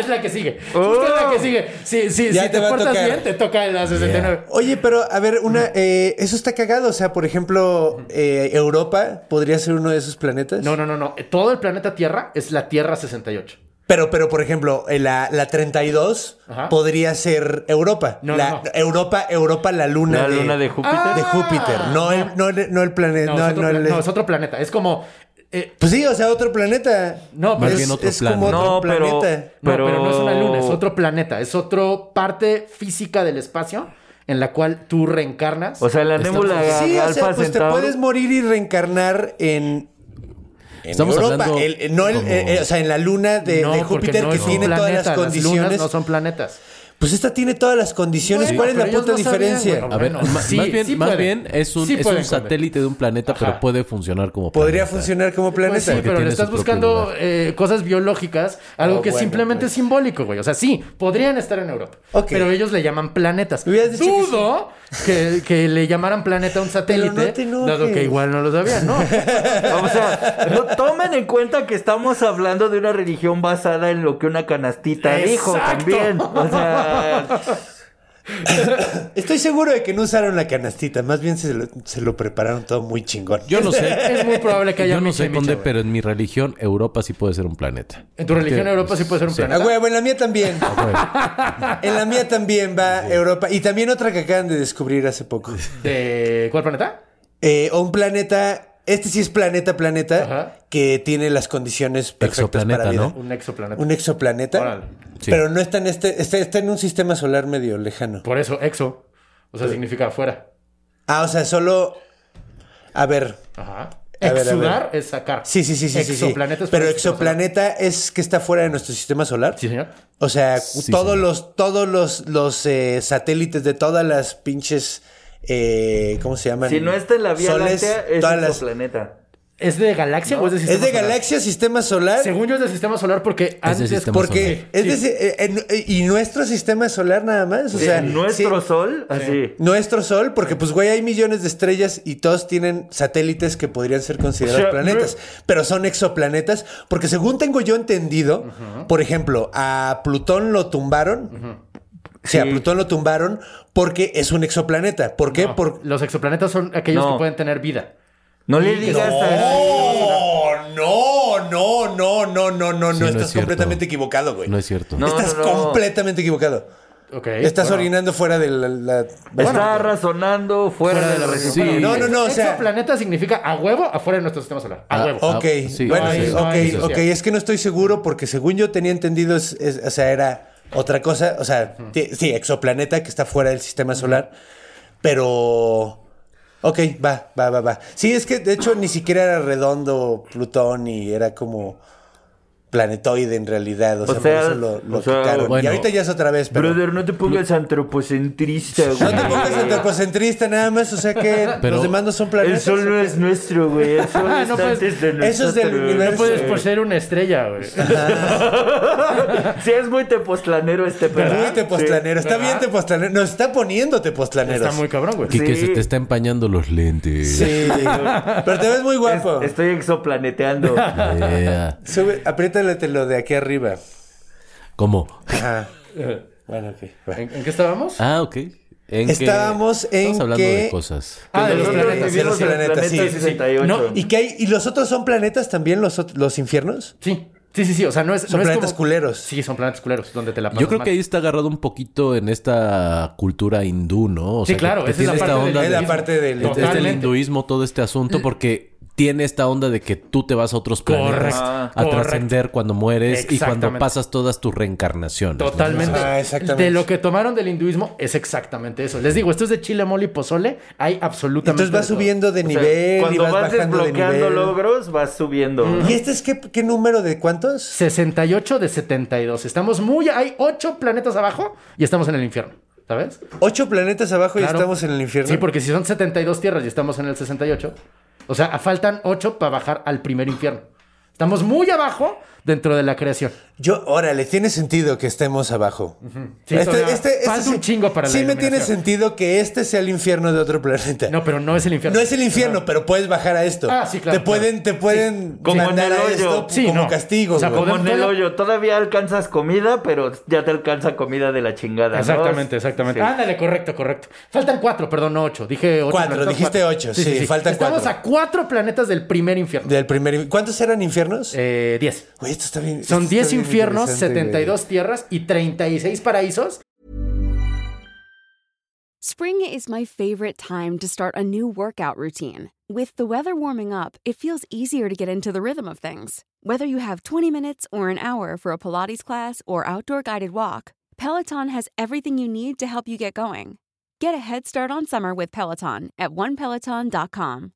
Speaker 5: es la que sigue. Justo es la que sigue. Sí, sí,
Speaker 3: Oh. Ya
Speaker 5: si
Speaker 3: te
Speaker 5: te,
Speaker 3: va a
Speaker 5: portas
Speaker 3: tocar.
Speaker 5: bien, te toca en la 69.
Speaker 3: Oye, pero a ver, una, eh, eso está cagado. O sea, por ejemplo, eh, Europa podría ser uno de esos planetas.
Speaker 5: No, no, no, no. Todo el planeta Tierra es la Tierra 68.
Speaker 3: Pero, pero, por ejemplo, eh, la, la 32
Speaker 5: Ajá.
Speaker 3: podría ser Europa.
Speaker 5: No,
Speaker 3: la,
Speaker 5: no, no.
Speaker 3: Europa, Europa, la luna.
Speaker 6: La
Speaker 3: de, Ah.
Speaker 6: luna de Júpiter.
Speaker 3: de Júpiter. No, El, no, el, no el planeta.
Speaker 5: No,
Speaker 3: Eh, No,
Speaker 5: es, otro
Speaker 3: no
Speaker 5: pla-
Speaker 3: el-
Speaker 5: no, es otro planeta. Es como. eh,
Speaker 3: Pues sí, o sea, otro planeta.
Speaker 5: No,
Speaker 7: Más
Speaker 5: pero
Speaker 3: es,
Speaker 7: bien otro
Speaker 3: es
Speaker 7: plano.
Speaker 3: como otro
Speaker 6: No, pero-
Speaker 3: planeta.
Speaker 5: No, pero... no es una
Speaker 6: Pero-
Speaker 5: luna, es otro planeta, es otro parte física del espacio en la cual tú reencarnas.
Speaker 6: O sea, la
Speaker 5: Estamos-
Speaker 6: nébula
Speaker 3: Sí,
Speaker 6: de
Speaker 3: o sea,
Speaker 6: Alfa
Speaker 3: pues te
Speaker 6: Centauri-
Speaker 3: puedes morir y reencarnar en. en
Speaker 7: Estamos
Speaker 3: Europa,
Speaker 7: hablando
Speaker 3: El- el- no el-
Speaker 7: como-
Speaker 3: eh, eh, o sea, en la luna de,
Speaker 5: No,
Speaker 3: de
Speaker 5: porque
Speaker 3: Júpiter
Speaker 5: no
Speaker 3: que
Speaker 5: es un
Speaker 3: tiene todas
Speaker 5: planeta,
Speaker 3: las
Speaker 5: lunas
Speaker 3: condiciones.
Speaker 5: no son planetas.
Speaker 3: Pues esta tiene todas las condiciones.
Speaker 5: Bueno,
Speaker 3: ¿Cuál es la
Speaker 5: pero
Speaker 3: puta
Speaker 5: ellos no sabían,
Speaker 3: diferencia?
Speaker 5: bueno,
Speaker 7: A ver,
Speaker 5: Bueno,
Speaker 7: ma-
Speaker 5: sí,
Speaker 7: más, bien,
Speaker 5: sí
Speaker 7: más
Speaker 5: pueden.
Speaker 7: bien es un,
Speaker 5: Sí
Speaker 7: es
Speaker 5: pueden
Speaker 7: un
Speaker 5: comer.
Speaker 7: satélite de un planeta, pero puede funcionar como
Speaker 3: Podría
Speaker 7: planeta.
Speaker 3: funcionar como
Speaker 5: Pues
Speaker 3: planeta.
Speaker 5: sí, pero le
Speaker 7: tiene
Speaker 5: estás
Speaker 7: su propio
Speaker 5: buscando
Speaker 7: lugar.
Speaker 5: eh, cosas biológicas, algo
Speaker 3: Oh,
Speaker 5: que es
Speaker 3: bueno,
Speaker 5: simplemente
Speaker 3: pues.
Speaker 5: simbólico, güey. O sea, sí, podrían estar en Europa,
Speaker 3: Ok.
Speaker 5: pero ellos le llaman planetas.
Speaker 3: Me hubieras dicho que
Speaker 5: Dudo que, que le llamaran planeta a un satélite,
Speaker 3: te enojes.
Speaker 5: dado que igual no lo sabían, ¿no?
Speaker 6: O sea, no tomen en cuenta que estamos hablando de una religión basada en lo que una canastita dijo
Speaker 5: Exacto.
Speaker 6: también. O sea,
Speaker 3: Estoy seguro de que no usaron la canastita. Más bien se lo, se lo prepararon todo muy chingón.
Speaker 7: Yo no sé.
Speaker 5: es muy probable que haya
Speaker 7: Yo no
Speaker 5: micha y
Speaker 7: sé,
Speaker 5: micha,
Speaker 7: Conde,
Speaker 5: güey.
Speaker 7: pero en mi religión, Europa sí puede ser un planeta.
Speaker 5: En tu religión
Speaker 7: Porque,
Speaker 5: Europa sí puede ser un
Speaker 3: A
Speaker 5: planeta.
Speaker 3: huevo, en la mía también. en la mía también va Europa. Y también otra que acaban de descubrir hace poco.
Speaker 5: ¿De cuál planeta?
Speaker 3: Eh, o un planeta. Este sí es planeta, planeta.
Speaker 5: Ajá.
Speaker 3: Que tiene las condiciones perfectas para
Speaker 7: Exoplaneta,
Speaker 3: vida.
Speaker 7: ¿no?
Speaker 5: Un exoplaneta.
Speaker 3: Un exoplaneta.
Speaker 5: Órale.
Speaker 7: Sí.
Speaker 3: Pero no está en este. Está, está en un sistema solar medio lejano.
Speaker 5: Por eso, exo. O sea, significa afuera.
Speaker 3: Ah, o sea, solo. A ver.
Speaker 5: Ajá.
Speaker 3: A ver, a
Speaker 5: Exudar es sacar.
Speaker 3: Sí, sí, sí, sí. sí, sí.
Speaker 5: Exoplanetas.
Speaker 3: Pero
Speaker 5: fuera del sistema solar.
Speaker 3: exoplaneta es que está fuera de nuestro sistema solar.
Speaker 5: Sí, señor.
Speaker 3: O sea,
Speaker 7: Sí,
Speaker 3: todos
Speaker 7: señor.
Speaker 3: los, todos los, los eh, satélites de todas las pinches. eh, ¿Cómo se llaman?
Speaker 6: Si no está en la Vía
Speaker 3: Soles,
Speaker 6: Láctea, es
Speaker 3: todas
Speaker 6: otro
Speaker 3: las-
Speaker 6: planeta.
Speaker 5: ¿Es de galaxia o es de sistema
Speaker 3: ¿Es de
Speaker 5: solar?
Speaker 3: galaxia, sistema solar?
Speaker 5: Según yo es de sistema solar porque antes.
Speaker 7: sistema
Speaker 5: por-
Speaker 3: Porque
Speaker 7: solar.
Speaker 3: es decir, eh, eh, no- eh, y nuestro sistema solar nada más. O
Speaker 6: De
Speaker 3: sea,
Speaker 6: nuestro
Speaker 3: sí,
Speaker 6: sol, así.
Speaker 3: nuestro sol, porque pues güey, hay millones de estrellas y todos tienen satélites que podrían ser considerados
Speaker 6: O sea,
Speaker 3: planetas, pero son exoplanetas, porque según tengo yo entendido, por ejemplo, a Plutón lo tumbaron. Sí, a
Speaker 6: Sí.
Speaker 3: Plutón lo tumbaron porque es un exoplaneta. ¿Por qué?
Speaker 5: No,
Speaker 3: Por-
Speaker 5: Los exoplanetas son aquellos
Speaker 6: No.
Speaker 5: que pueden tener vida.
Speaker 6: No le digas así.
Speaker 3: No, no, no, no, no, no, no,
Speaker 7: Sí,
Speaker 3: no.
Speaker 7: no es
Speaker 3: Estás
Speaker 7: cierto.
Speaker 3: completamente equivocado, güey.
Speaker 7: No es cierto.
Speaker 6: No,
Speaker 3: Estás
Speaker 6: no, no.
Speaker 3: completamente equivocado.
Speaker 5: Ok.
Speaker 3: Estás
Speaker 5: bueno.
Speaker 3: orinando fuera de la. la-
Speaker 6: Está razonando fuera,
Speaker 5: Fuera
Speaker 6: de la
Speaker 5: región.
Speaker 6: región.
Speaker 7: Sí.
Speaker 3: No, no, no, o sea-
Speaker 5: Exoplaneta significa a huevo afuera de nuestro sistema solar. A
Speaker 7: Ah,
Speaker 5: huevo.
Speaker 3: Ok,
Speaker 7: Ah, sí,
Speaker 3: bueno,
Speaker 5: sí,
Speaker 3: sí,
Speaker 5: no, eso
Speaker 3: ok,
Speaker 5: sí.
Speaker 3: ok, es que no estoy seguro porque según yo tenía entendido, es, es- o sea, era otra cosa, o sea, ti- sí, exoplaneta que está fuera del sistema solar, pero... Ok, va, va, va, va. Sí, es que de hecho ni siquiera era redondo Plutón y era como planetoide en realidad, o, sea,
Speaker 6: sea,
Speaker 3: por eso lo, lo
Speaker 6: o sea,
Speaker 3: quitaron. y
Speaker 7: bueno.
Speaker 3: ahorita ya es otra vez, pero...
Speaker 6: Brother, no te pongas antropocentrista, güey.
Speaker 3: No te pongas antropocentrista nada más, o sea que
Speaker 7: Pero-
Speaker 3: los demás no son
Speaker 6: El
Speaker 3: planetas.
Speaker 6: sol no es nuestro, güey. El sol
Speaker 5: Ah, no,
Speaker 6: está
Speaker 5: pues,
Speaker 6: antes de nosotros.
Speaker 3: eso es del universo.
Speaker 5: No puedes por ser una estrella, güey.
Speaker 6: Sí, es muy tepostlanero este pedo.
Speaker 3: Muy tepostlanero, está bien tepostlanero. Nos está poniendo tepostlaneros.
Speaker 5: Está muy cabrón, güey.
Speaker 6: Sí.
Speaker 7: Quique, se te está empañando los lentes.
Speaker 3: Sí, pero te ves muy guapo.
Speaker 6: Estoy exoplaneteando.
Speaker 7: Yeah.
Speaker 3: Sube, apriétale lo de aquí arriba.
Speaker 7: ¿Cómo?
Speaker 3: Ajá. Bueno, ok. va.
Speaker 5: ¿En, en qué estábamos?
Speaker 7: Ah, ok. En que-
Speaker 3: Estábamos en
Speaker 7: Estamos hablando
Speaker 3: que-
Speaker 7: de cosas.
Speaker 5: Ah, de los
Speaker 6: Nosotros
Speaker 5: planetas,
Speaker 3: de los
Speaker 6: vivimos en el
Speaker 3: planetas, sí,
Speaker 6: planeta
Speaker 3: sí, sí.
Speaker 6: 68.
Speaker 5: No,
Speaker 3: ¿Y qué hay? ¿Y los otros son planetas también, los, ot- los infiernos?
Speaker 5: Sí. Sí, sí, sí. O sea, no es.
Speaker 3: Son
Speaker 5: no es
Speaker 3: planetas
Speaker 5: como-
Speaker 3: culeros. ¿Eh?
Speaker 5: Sí, son planetas culeros, donde te la pasas
Speaker 7: Yo creo
Speaker 5: mal.
Speaker 7: que ahí está agarrado un poquito en esta cultura hindú, ¿no? O
Speaker 5: Sí,
Speaker 7: sea, que-
Speaker 5: claro,
Speaker 7: que
Speaker 5: esa es la
Speaker 7: tiene
Speaker 5: parte
Speaker 7: esta
Speaker 5: del
Speaker 7: onda
Speaker 3: Es
Speaker 7: de-
Speaker 3: la
Speaker 5: hinduismo.
Speaker 3: parte del...
Speaker 7: Este es el
Speaker 5: Totalmente.
Speaker 7: hinduismo, todo este asunto, porque tiene esta onda de que tú te vas a otros planetas
Speaker 5: Correcto,
Speaker 7: a
Speaker 5: correcto.
Speaker 7: trascender cuando mueres y cuando
Speaker 5: Exactamente.
Speaker 7: pasas todas tus reencarnaciones. ¿no?
Speaker 5: Totalmente.
Speaker 3: Ah, exactamente.
Speaker 5: De lo que tomaron del hinduismo es exactamente eso. Les digo, esto es de chile, mole y pozole. Hay absolutamente.
Speaker 3: Entonces vas
Speaker 5: de todo.
Speaker 3: subiendo de
Speaker 6: O sea,
Speaker 3: nivel y
Speaker 6: cuando
Speaker 3: eh, vas,
Speaker 6: vas,
Speaker 3: bajando de
Speaker 6: desbloqueando
Speaker 3: nivel.
Speaker 6: logros, vas subiendo.
Speaker 3: ¿Y este es qué, qué número de cuántos?
Speaker 5: 68 de 72. Estamos muy. Hay 8 planetas abajo y estamos en el infierno. ¿Sabes?
Speaker 3: Ocho planetas abajo
Speaker 5: Claro.
Speaker 3: y Pues estamos en el infierno.
Speaker 5: Sí, porque si son 72 tierras y estamos en el 68, o sea, faltan 8 para bajar al primer infierno. Estamos muy abajo dentro de la creación.
Speaker 3: Yo, órale, tiene sentido que estemos abajo. Este,
Speaker 5: Sí, todavía falta
Speaker 3: sí-
Speaker 5: un chingo para la
Speaker 3: Sí me tiene
Speaker 5: iluminación.
Speaker 3: sentido que este sea el infierno de otro planeta.
Speaker 5: No, pero no es el infierno.
Speaker 3: No es el infierno, pero puedes bajar a esto.
Speaker 5: Ah, sí, claro,
Speaker 3: Te pueden, te pueden
Speaker 6: Como en
Speaker 3: mandar
Speaker 6: el
Speaker 3: a
Speaker 6: hoyo.
Speaker 3: esto
Speaker 5: Sí,
Speaker 3: como
Speaker 5: no.
Speaker 3: castigo.
Speaker 5: O sea,
Speaker 3: güey.
Speaker 6: Como en el
Speaker 5: Podemos-
Speaker 6: hoyo, todavía alcanzas comida, pero ya te alcanza comida de la chingada. ¿no?
Speaker 5: Exactamente, exactamente.
Speaker 6: Sí.
Speaker 5: Ándale, correcto, correcto. Faltan 4, perdón, no 8. Dije 8.
Speaker 3: Cuatro, dijiste ocho, sí, faltan
Speaker 5: Estamos
Speaker 3: cuatro.
Speaker 5: a 4 planetas del primer infierno.
Speaker 3: Del primer. in- ¿Cuántos eran infiernos?
Speaker 5: Eh, 10.
Speaker 3: Güey, esto está bien. esto
Speaker 5: Son
Speaker 3: está
Speaker 5: 10
Speaker 3: bien
Speaker 5: infiernos,
Speaker 3: interesante,
Speaker 5: 72 tierras y 36 paraísos.
Speaker 1: Spring is my favorite time to start a new workout routine. With the weather warming up, it feels easier to get into the rhythm of things. Whether you have 20 minutes or an hour for a Pilates class or outdoor guided walk, Peloton has everything you need to help you get going. Get a head start on summer with Peloton at onepeloton.com.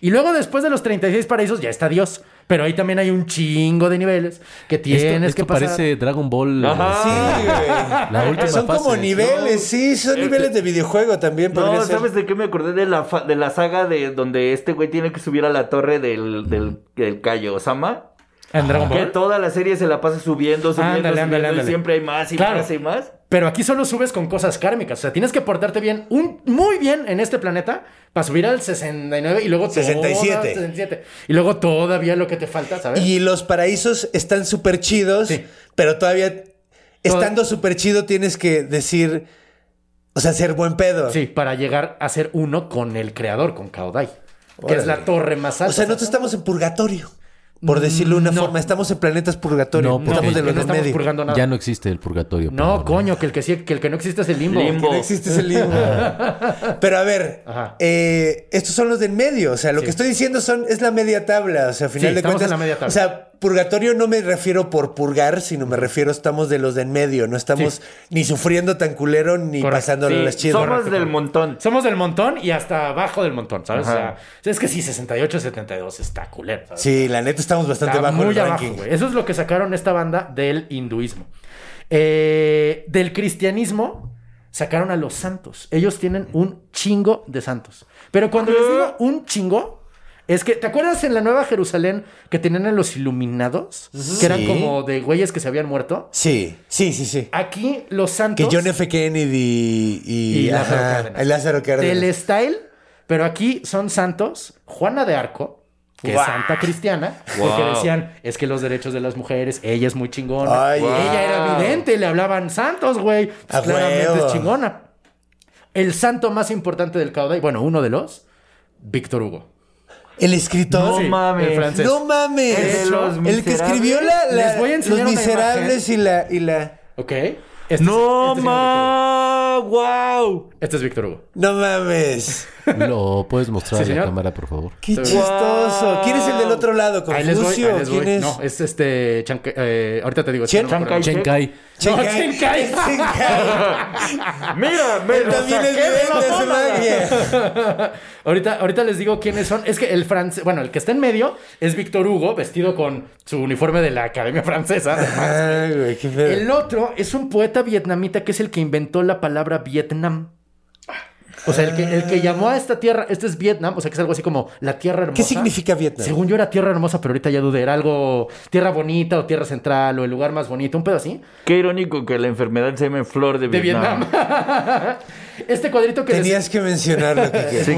Speaker 5: Y luego después de los 36 paraísos ya está Dios. Pero ahí también hay un chingo de niveles que tienes
Speaker 7: esto, esto
Speaker 5: que pasar.
Speaker 7: parece Dragon Ball. este,
Speaker 6: Ajá.
Speaker 3: güey. Sí, güey.
Speaker 7: La última
Speaker 3: Ah, Son como
Speaker 7: fase.
Speaker 3: niveles, sí, son
Speaker 5: Eh,
Speaker 3: niveles de videojuego también. podría
Speaker 6: No,
Speaker 3: ser.
Speaker 6: ¿sabes de qué me acordé de la, fa- de la saga de donde este güey tiene que subir a la torre del, del, del Calle Osama?
Speaker 5: En Dragon
Speaker 6: Que
Speaker 5: Ball.
Speaker 6: toda la serie se la pasa subiendo, subiendo,
Speaker 5: Ándale,
Speaker 6: subiendo,
Speaker 5: ándale,
Speaker 6: y
Speaker 5: ándale.
Speaker 6: siempre hay más y
Speaker 5: Claro.
Speaker 6: más y más.
Speaker 5: Pero aquí solo subes con cosas kármicas. O sea, tienes que portarte bien, un, muy bien en este planeta para subir al 69 y luego toda-
Speaker 3: 67.
Speaker 5: 67. Y luego todavía lo que te falta, ¿sabes?
Speaker 3: Y los paraísos están súper chidos,
Speaker 5: Eh. Sí.
Speaker 3: pero todavía estando súper chido tienes que decir, o sea, ser buen pedo.
Speaker 5: Sí, para llegar a ser uno con el creador, con Kaodai. Que es la torre más alta.
Speaker 3: O sea, nosotros estamos en purgatorio, por decirlo de una forma. Estamos en planetas purgatorio.
Speaker 7: No,
Speaker 3: No,
Speaker 7: porque-
Speaker 3: estamos de los
Speaker 5: que no
Speaker 3: del
Speaker 5: estamos
Speaker 3: medio.
Speaker 5: purgando nada.
Speaker 7: Ya no existe el purgatorio.
Speaker 5: no,
Speaker 7: perdón. ¿eh?
Speaker 5: coño, que el que, sí- que el que no existe es el limbo.
Speaker 6: Limbo.
Speaker 3: No existe ese limbo. Pero a ver,
Speaker 5: Ajá.
Speaker 3: eh, estos son los del medio. O sea, lo que estoy diciendo son es la media tabla. O sea, al final
Speaker 5: Sí,
Speaker 3: de
Speaker 5: estamos
Speaker 3: cuentas.
Speaker 5: en la media tabla.
Speaker 3: O sea, Purgatorio no me refiero por purgar, sino me refiero estamos de los de en medio. No estamos ni sufriendo tan culero ni
Speaker 5: Correcto.
Speaker 3: pasándole
Speaker 5: Sí,
Speaker 3: las chidas.
Speaker 6: Somos del montón.
Speaker 5: Somos del montón y hasta abajo del montón, ¿sabes? O sea, es que sí, 68, 72 está culero, ¿sabes?
Speaker 3: Sí, la neta estamos bastante
Speaker 5: Está
Speaker 3: bajo en
Speaker 5: muy
Speaker 3: el
Speaker 5: abajo,
Speaker 3: ranking.
Speaker 5: güey. Eso es lo que sacaron esta banda del hinduismo. Eh, del cristianismo sacaron a los santos. Ellos tienen un chingo de santos. Pero cuando les digo un chingo, es que, ¿te acuerdas en la Nueva Jerusalén que tenían a los iluminados? Que eran
Speaker 3: Sí.
Speaker 5: como de güeyes que se habían muerto.
Speaker 3: Sí, sí, sí, sí.
Speaker 5: Aquí los
Speaker 3: Que
Speaker 5: santos...
Speaker 3: John F. Kennedy y,
Speaker 5: y Lázaro
Speaker 3: ajá,
Speaker 5: Cárdenas.
Speaker 3: el Lázaro Cárdenas.
Speaker 5: Del style, pero aquí son santos, Juana de Arco, que es
Speaker 6: Guau.
Speaker 5: santa cristiana, porque decían, es que los derechos de las mujeres, ella es muy chingona.
Speaker 3: Ay. Guau.
Speaker 5: Ella era vidente, le hablaban santos, güey. Pues
Speaker 3: A
Speaker 5: claramente
Speaker 3: huevo.
Speaker 5: es chingona. El santo más importante del caudal, bueno, uno de los, Víctor Hugo.
Speaker 3: El escritor.
Speaker 6: No
Speaker 5: Sí,
Speaker 6: mames.
Speaker 5: el francés.
Speaker 3: No mames.
Speaker 6: El de los
Speaker 3: el que
Speaker 6: miserables.
Speaker 3: escribió la, la-
Speaker 5: Les voy a enseñar
Speaker 3: Los
Speaker 5: una
Speaker 3: Miserables y la, y la.
Speaker 5: ¿Ok? Este es-
Speaker 6: No
Speaker 5: este es Víctor Hugo.
Speaker 6: ma, wow.
Speaker 5: Este es Víctor Hugo.
Speaker 3: No mames.
Speaker 7: Lo puedes mostrar
Speaker 5: Sí,
Speaker 7: a la
Speaker 5: señor.
Speaker 7: cámara, por favor.
Speaker 3: Qué chistoso. ¿Quién es el del otro lado?
Speaker 5: Ahí les voy,
Speaker 3: ¿Confucio?
Speaker 5: ahí les voy.
Speaker 3: ¿Quién es?
Speaker 5: No, es este... Chanca- eh, ahorita te digo.
Speaker 3: ¿Quién?
Speaker 5: no me acuerdo.
Speaker 6: Chancay.
Speaker 3: Chen
Speaker 7: Chen Kai.
Speaker 5: No,
Speaker 3: Kai.
Speaker 5: Chen Kai.
Speaker 3: Chen Kai.
Speaker 6: Mira, me
Speaker 3: Él
Speaker 6: lo
Speaker 3: también es
Speaker 6: saqué de la
Speaker 3: vidente, hace
Speaker 6: zona.
Speaker 3: magia.
Speaker 5: Ahorita, ahorita les digo quiénes son. Es que el francés, bueno, el que está en medio es Víctor Hugo, vestido con su uniforme de la Academia Francesa. además.
Speaker 3: Ay, güey, qué pedo.
Speaker 5: El otro es un poeta vietnamita que es el que inventó la palabra Vietnam. O sea, el que, el que llamó a esta tierra, este es Vietnam, o sea, que es algo así como la tierra hermosa.
Speaker 3: ¿Qué significa Vietnam?
Speaker 5: Según yo era tierra hermosa, pero ahorita ya dudé, era algo tierra bonita o tierra central o el lugar más bonito, un pedo así.
Speaker 6: Qué irónico que la enfermedad se llame flor de
Speaker 5: De
Speaker 6: Vietnam.
Speaker 5: Vietnam. este cuadrito que les-
Speaker 3: Tenías que mencionarlo, Kike.
Speaker 6: Sí,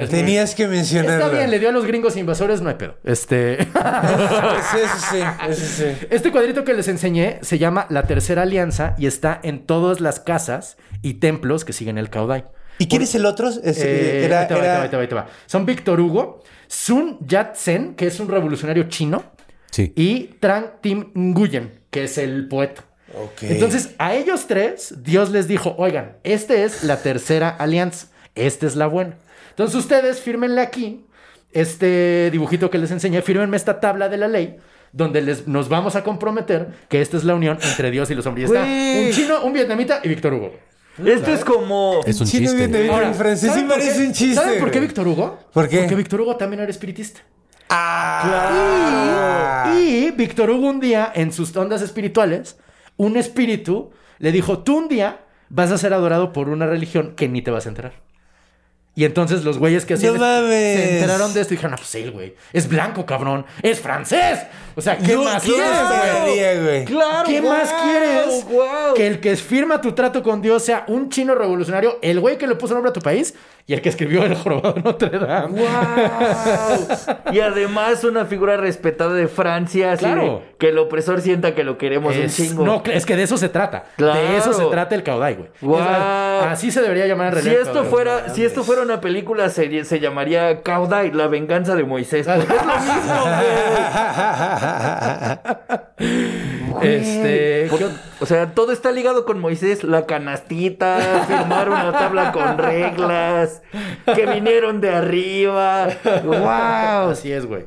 Speaker 5: Es muy-
Speaker 3: Tenías que mencionarlo.
Speaker 5: Está bien, le dio a los gringos invasores, no hay pedo. Este.
Speaker 3: Pues eso sí, eso sí.
Speaker 5: Este cuadrito que les enseñé se llama La Tercera Alianza y está en todas las casas y templos que siguen el caudal.
Speaker 3: ¿Y quién es el otro? Es-
Speaker 5: Eh,
Speaker 3: era-
Speaker 5: ahí te va, ahí te va,
Speaker 3: era-
Speaker 5: ahí te va, ahí te va. Son Víctor Hugo, Sun Yat-sen, que es un revolucionario chino,
Speaker 7: Sí.
Speaker 5: y Trang Tim Nguyen, que es el poeta.
Speaker 3: Ok.
Speaker 5: Entonces, a ellos tres, Dios les dijo, oigan, esta es la tercera alianza, esta es la buena. Entonces, ustedes fírmenle aquí este dibujito que les enseñé, fírmenme esta tabla de la ley, donde les, nos vamos a comprometer que esta es la unión entre Dios y los hombres. Y está
Speaker 6: Güey.
Speaker 5: un chino, un vietnamita y Víctor Hugo.
Speaker 6: Esto es como.
Speaker 7: Es un
Speaker 3: Sí, no
Speaker 7: chiste.
Speaker 3: viene-
Speaker 5: Ahora,
Speaker 3: En francés sí
Speaker 5: ¿saben por
Speaker 3: parece
Speaker 5: qué-
Speaker 3: un chiste,
Speaker 5: ¿Saben por qué
Speaker 3: güey.
Speaker 5: Víctor Hugo?
Speaker 3: ¿Por qué?
Speaker 5: Porque Víctor Hugo también era espiritista.
Speaker 3: Ah,
Speaker 5: Y Víctor Hugo un día, en sus ondas espirituales, un espíritu le dijo, tú un día vas a ser adorado por una religión que ni te vas a enterar. Y entonces los güeyes que hacían
Speaker 3: ¡No
Speaker 5: esto
Speaker 3: mames!
Speaker 5: se enteraron de esto y dijeron, ah, pues sí, güey, es blanco, cabrón, es francés. O sea, ¿qué
Speaker 3: No,
Speaker 5: más
Speaker 3: ¿qué
Speaker 5: quieres,
Speaker 3: más
Speaker 5: güey?
Speaker 3: esperaría, güey?
Speaker 6: Claro.
Speaker 5: ¿Qué
Speaker 6: guau,
Speaker 5: más quieres?
Speaker 6: guau.
Speaker 5: Que el que firma tu trato con Dios sea un chino revolucionario, el güey que le puso nombre a tu país y el que escribió El Jorobado de Notre Dame.
Speaker 6: Guau. Y además una figura respetada de Francia, así
Speaker 5: Claro.
Speaker 6: de que el opresor sienta que lo queremos
Speaker 5: Es-
Speaker 6: Pues un chingo.
Speaker 5: No, es que de eso se trata.
Speaker 6: Claro.
Speaker 5: De eso se trata el caudai, güey.
Speaker 6: Guau.
Speaker 5: Es la- Así se debería llamar en
Speaker 6: si
Speaker 5: realidad. el
Speaker 6: esto
Speaker 5: caudai.
Speaker 6: fuera, si esto fuera una película se, se llamaría Cauda y la venganza de Moisés. porque es lo mismo, güey.
Speaker 5: Este. ¿qué ot-
Speaker 6: O sea, todo está ligado con Moisés, la canastita, firmar una tabla con reglas, que vinieron de arriba.
Speaker 5: Guau, Así es, güey.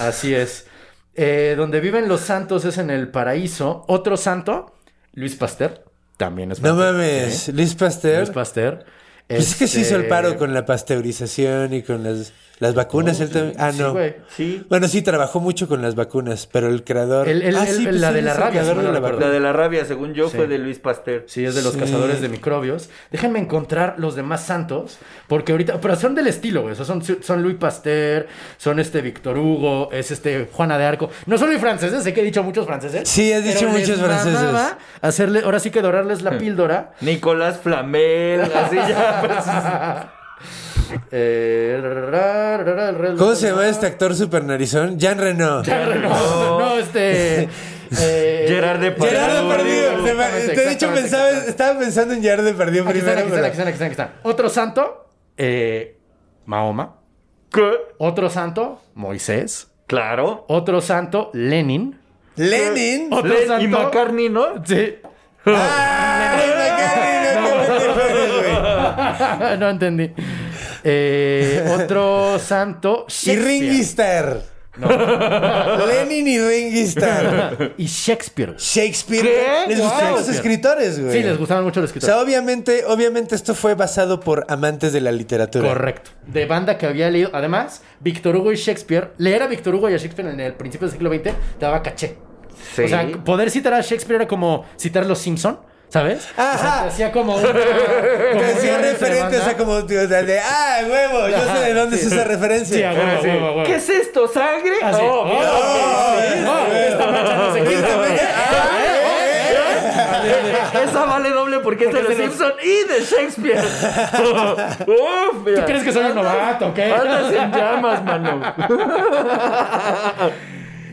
Speaker 5: Así es. Eh, donde viven los santos es en el paraíso. Otro santo, Luis Pasteur, también es
Speaker 3: No
Speaker 5: francés.
Speaker 3: mames,
Speaker 5: Sí,
Speaker 3: Luis Pasteur.
Speaker 5: Luis Pasteur.
Speaker 3: Pues es que se hizo el
Speaker 5: Este,
Speaker 3: paro con la pasteurización y con las, las vacunas. él también- Ah,
Speaker 5: Este, sí,
Speaker 3: no.
Speaker 5: güey.
Speaker 6: Sí.
Speaker 3: Bueno, sí, trabajó mucho con las vacunas, pero el creador.
Speaker 5: El- el-
Speaker 3: ah,
Speaker 5: el-
Speaker 3: sí,
Speaker 5: la
Speaker 3: sí,
Speaker 5: de la
Speaker 3: es el
Speaker 5: rabia,
Speaker 3: creador
Speaker 5: si
Speaker 3: de
Speaker 5: mal no
Speaker 3: la
Speaker 5: recuerdo.
Speaker 6: La
Speaker 3: vacuna.
Speaker 6: de la rabia, según yo,
Speaker 5: Sí.
Speaker 6: fue de Luis Pasteur.
Speaker 5: Sí, es de los
Speaker 3: Sí.
Speaker 5: cazadores de microbios. Déjenme encontrar los demás santos, porque ahorita, pero son del estilo, güey. O sea, son, son Louis Pasteur, son este Víctor Hugo, es este Juana de Arco. No solo hay franceses, sé que he dicho muchos franceses.
Speaker 3: Sí, has dicho
Speaker 5: pero
Speaker 3: muchos
Speaker 5: les
Speaker 3: franceses. Hmm.
Speaker 5: mamaba Hacerle, ahora sí que dorarles la píldora.
Speaker 6: Nicolás Flamel, así ya. pues,
Speaker 5: Eh, ra, ra, ra, ra, ra,
Speaker 3: ¿Cómo
Speaker 5: ra,
Speaker 3: se
Speaker 5: ra.
Speaker 3: llama este actor super narizón? Jean Reno.
Speaker 5: Ya, No, no, no, este. eh,
Speaker 6: Gerard Depardieu.
Speaker 3: Gerardo
Speaker 6: Gerardo
Speaker 3: Perdido. Se me-
Speaker 5: Exactamente,
Speaker 3: Te he dicho,
Speaker 5: exactamente,
Speaker 3: pensaba,
Speaker 5: exactamente.
Speaker 3: estaba pensando en Gerardo Perdido
Speaker 5: Aquí están,
Speaker 3: primero.
Speaker 5: aquí están, aquí
Speaker 3: pero-
Speaker 5: están, aquí están, aquí están. Otro santo, eh, Mahoma.
Speaker 6: ¿Qué?
Speaker 5: Otro santo, Moisés.
Speaker 6: Claro.
Speaker 5: Otro santo, Lenin.
Speaker 3: Lenin.
Speaker 5: Otro
Speaker 6: Len-
Speaker 5: santo.
Speaker 6: y McCartney, ¿no?
Speaker 5: Sí.
Speaker 3: ¡Ay, McCartney, no te metes, güey!
Speaker 5: no entendí. Eh, otro santo.
Speaker 3: Y
Speaker 5: Shakespeare.
Speaker 3: Ringister. Lenin y Ringistan.
Speaker 5: Y Shakespeare.
Speaker 3: Shakespeare.
Speaker 5: ¿Qué?
Speaker 3: Les gustaban
Speaker 5: Wow.
Speaker 3: los escritores, güey.
Speaker 5: Sí, les gustaban mucho los
Speaker 3: O sea,
Speaker 5: escritores.
Speaker 3: obviamente, obviamente esto fue basado por amantes de la literatura.
Speaker 5: Correcto. De banda que había leído. Además, Víctor Hugo y Shakespeare. Leer a Víctor Hugo y a Shakespeare en el principio del siglo XX te daba caché.
Speaker 6: Sí.
Speaker 5: O sea, poder citar a Shakespeare era como citar los Simpson, ¿sabes? O sea,
Speaker 3: Ajá.
Speaker 5: te hacía como una.
Speaker 3: Que
Speaker 5: como
Speaker 3: hacía
Speaker 5: una
Speaker 3: referentes
Speaker 5: banda.
Speaker 3: a como de, de- de, ah, huevo, yo sé de dónde es esa referencia.
Speaker 5: Sí, a huevo,
Speaker 6: Sí.
Speaker 5: huevo, huevo.
Speaker 6: ¿Qué es esto? ¿Sangre?
Speaker 5: Ah, sí.
Speaker 6: Oh, mira. Ah,
Speaker 5: Oh, sí.
Speaker 3: no,
Speaker 5: Oh,
Speaker 3: no,
Speaker 5: esta mancha no se quita, güey.
Speaker 6: ah, Esa vale doble porque es de los Simpson y de Shakespeare. Uf, mira.
Speaker 5: ¿Tú crees que soy un novato o qué?
Speaker 6: Andas en llamas, mano.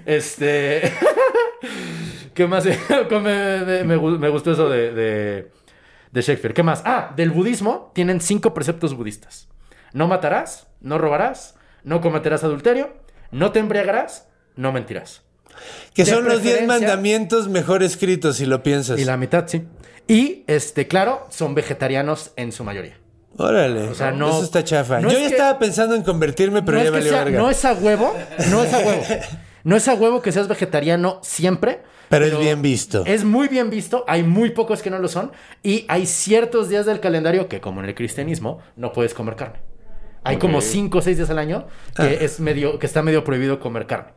Speaker 5: Este. ¿Qué más? me, me- me gu- me gustó eso de, de- de Shakespeare. ¿Qué más? Ah, del budismo tienen cinco preceptos budistas: no matarás, no robarás, no cometerás adulterio, no te embriagarás, no mentirás.
Speaker 3: Que
Speaker 5: De
Speaker 3: son los 10
Speaker 5: preferencia-
Speaker 3: mandamientos mejor escritos, si lo piensas.
Speaker 5: Y la mitad, sí. Y, este, claro, son vegetarianos en su mayoría.
Speaker 3: Órale.
Speaker 5: sea, no-
Speaker 3: Eso está chafa.
Speaker 5: no
Speaker 3: yo
Speaker 5: es
Speaker 3: ya
Speaker 5: que-
Speaker 3: estaba pensando en convertirme, pero
Speaker 5: no,
Speaker 3: ya
Speaker 5: es que
Speaker 3: valió
Speaker 5: sea-
Speaker 3: verga.
Speaker 5: no es a huevo, no es a huevo. No es a huevo que seas vegetariano siempre.
Speaker 3: Pero es bien visto.
Speaker 5: Es muy bien visto, hay muy pocos que no lo son. Y hay ciertos días del calendario que, como en el cristianismo, no puedes comer carne. Hay como cinco o seis días al año que, es medio, que está medio prohibido comer carne.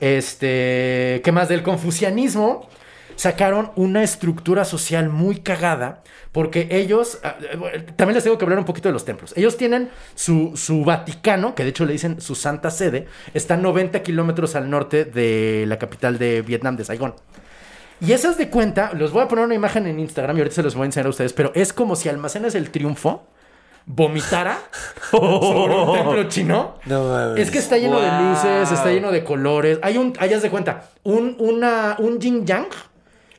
Speaker 5: Este, ¿qué más? Del confucianismo sacaron una estructura social muy cagada porque ellos, ah, eh, bueno, también les tengo que hablar un poquito de los templos. Ellos tienen su, su Vaticano, que de hecho le dicen su santa sede, está 90 kilómetros al norte de la capital de Vietnam, de Saigón. Y esas de cuenta, los voy a poner una imagen en Instagram y ahorita se los voy a enseñar a ustedes, pero es como si almacenas el triunfo, vomitara sobre un templo chino.
Speaker 3: No mames.
Speaker 5: Es que está lleno de
Speaker 6: Wow.
Speaker 5: luces, está lleno de colores. Hay un, hay, haz de cuenta, un, una, un yin yang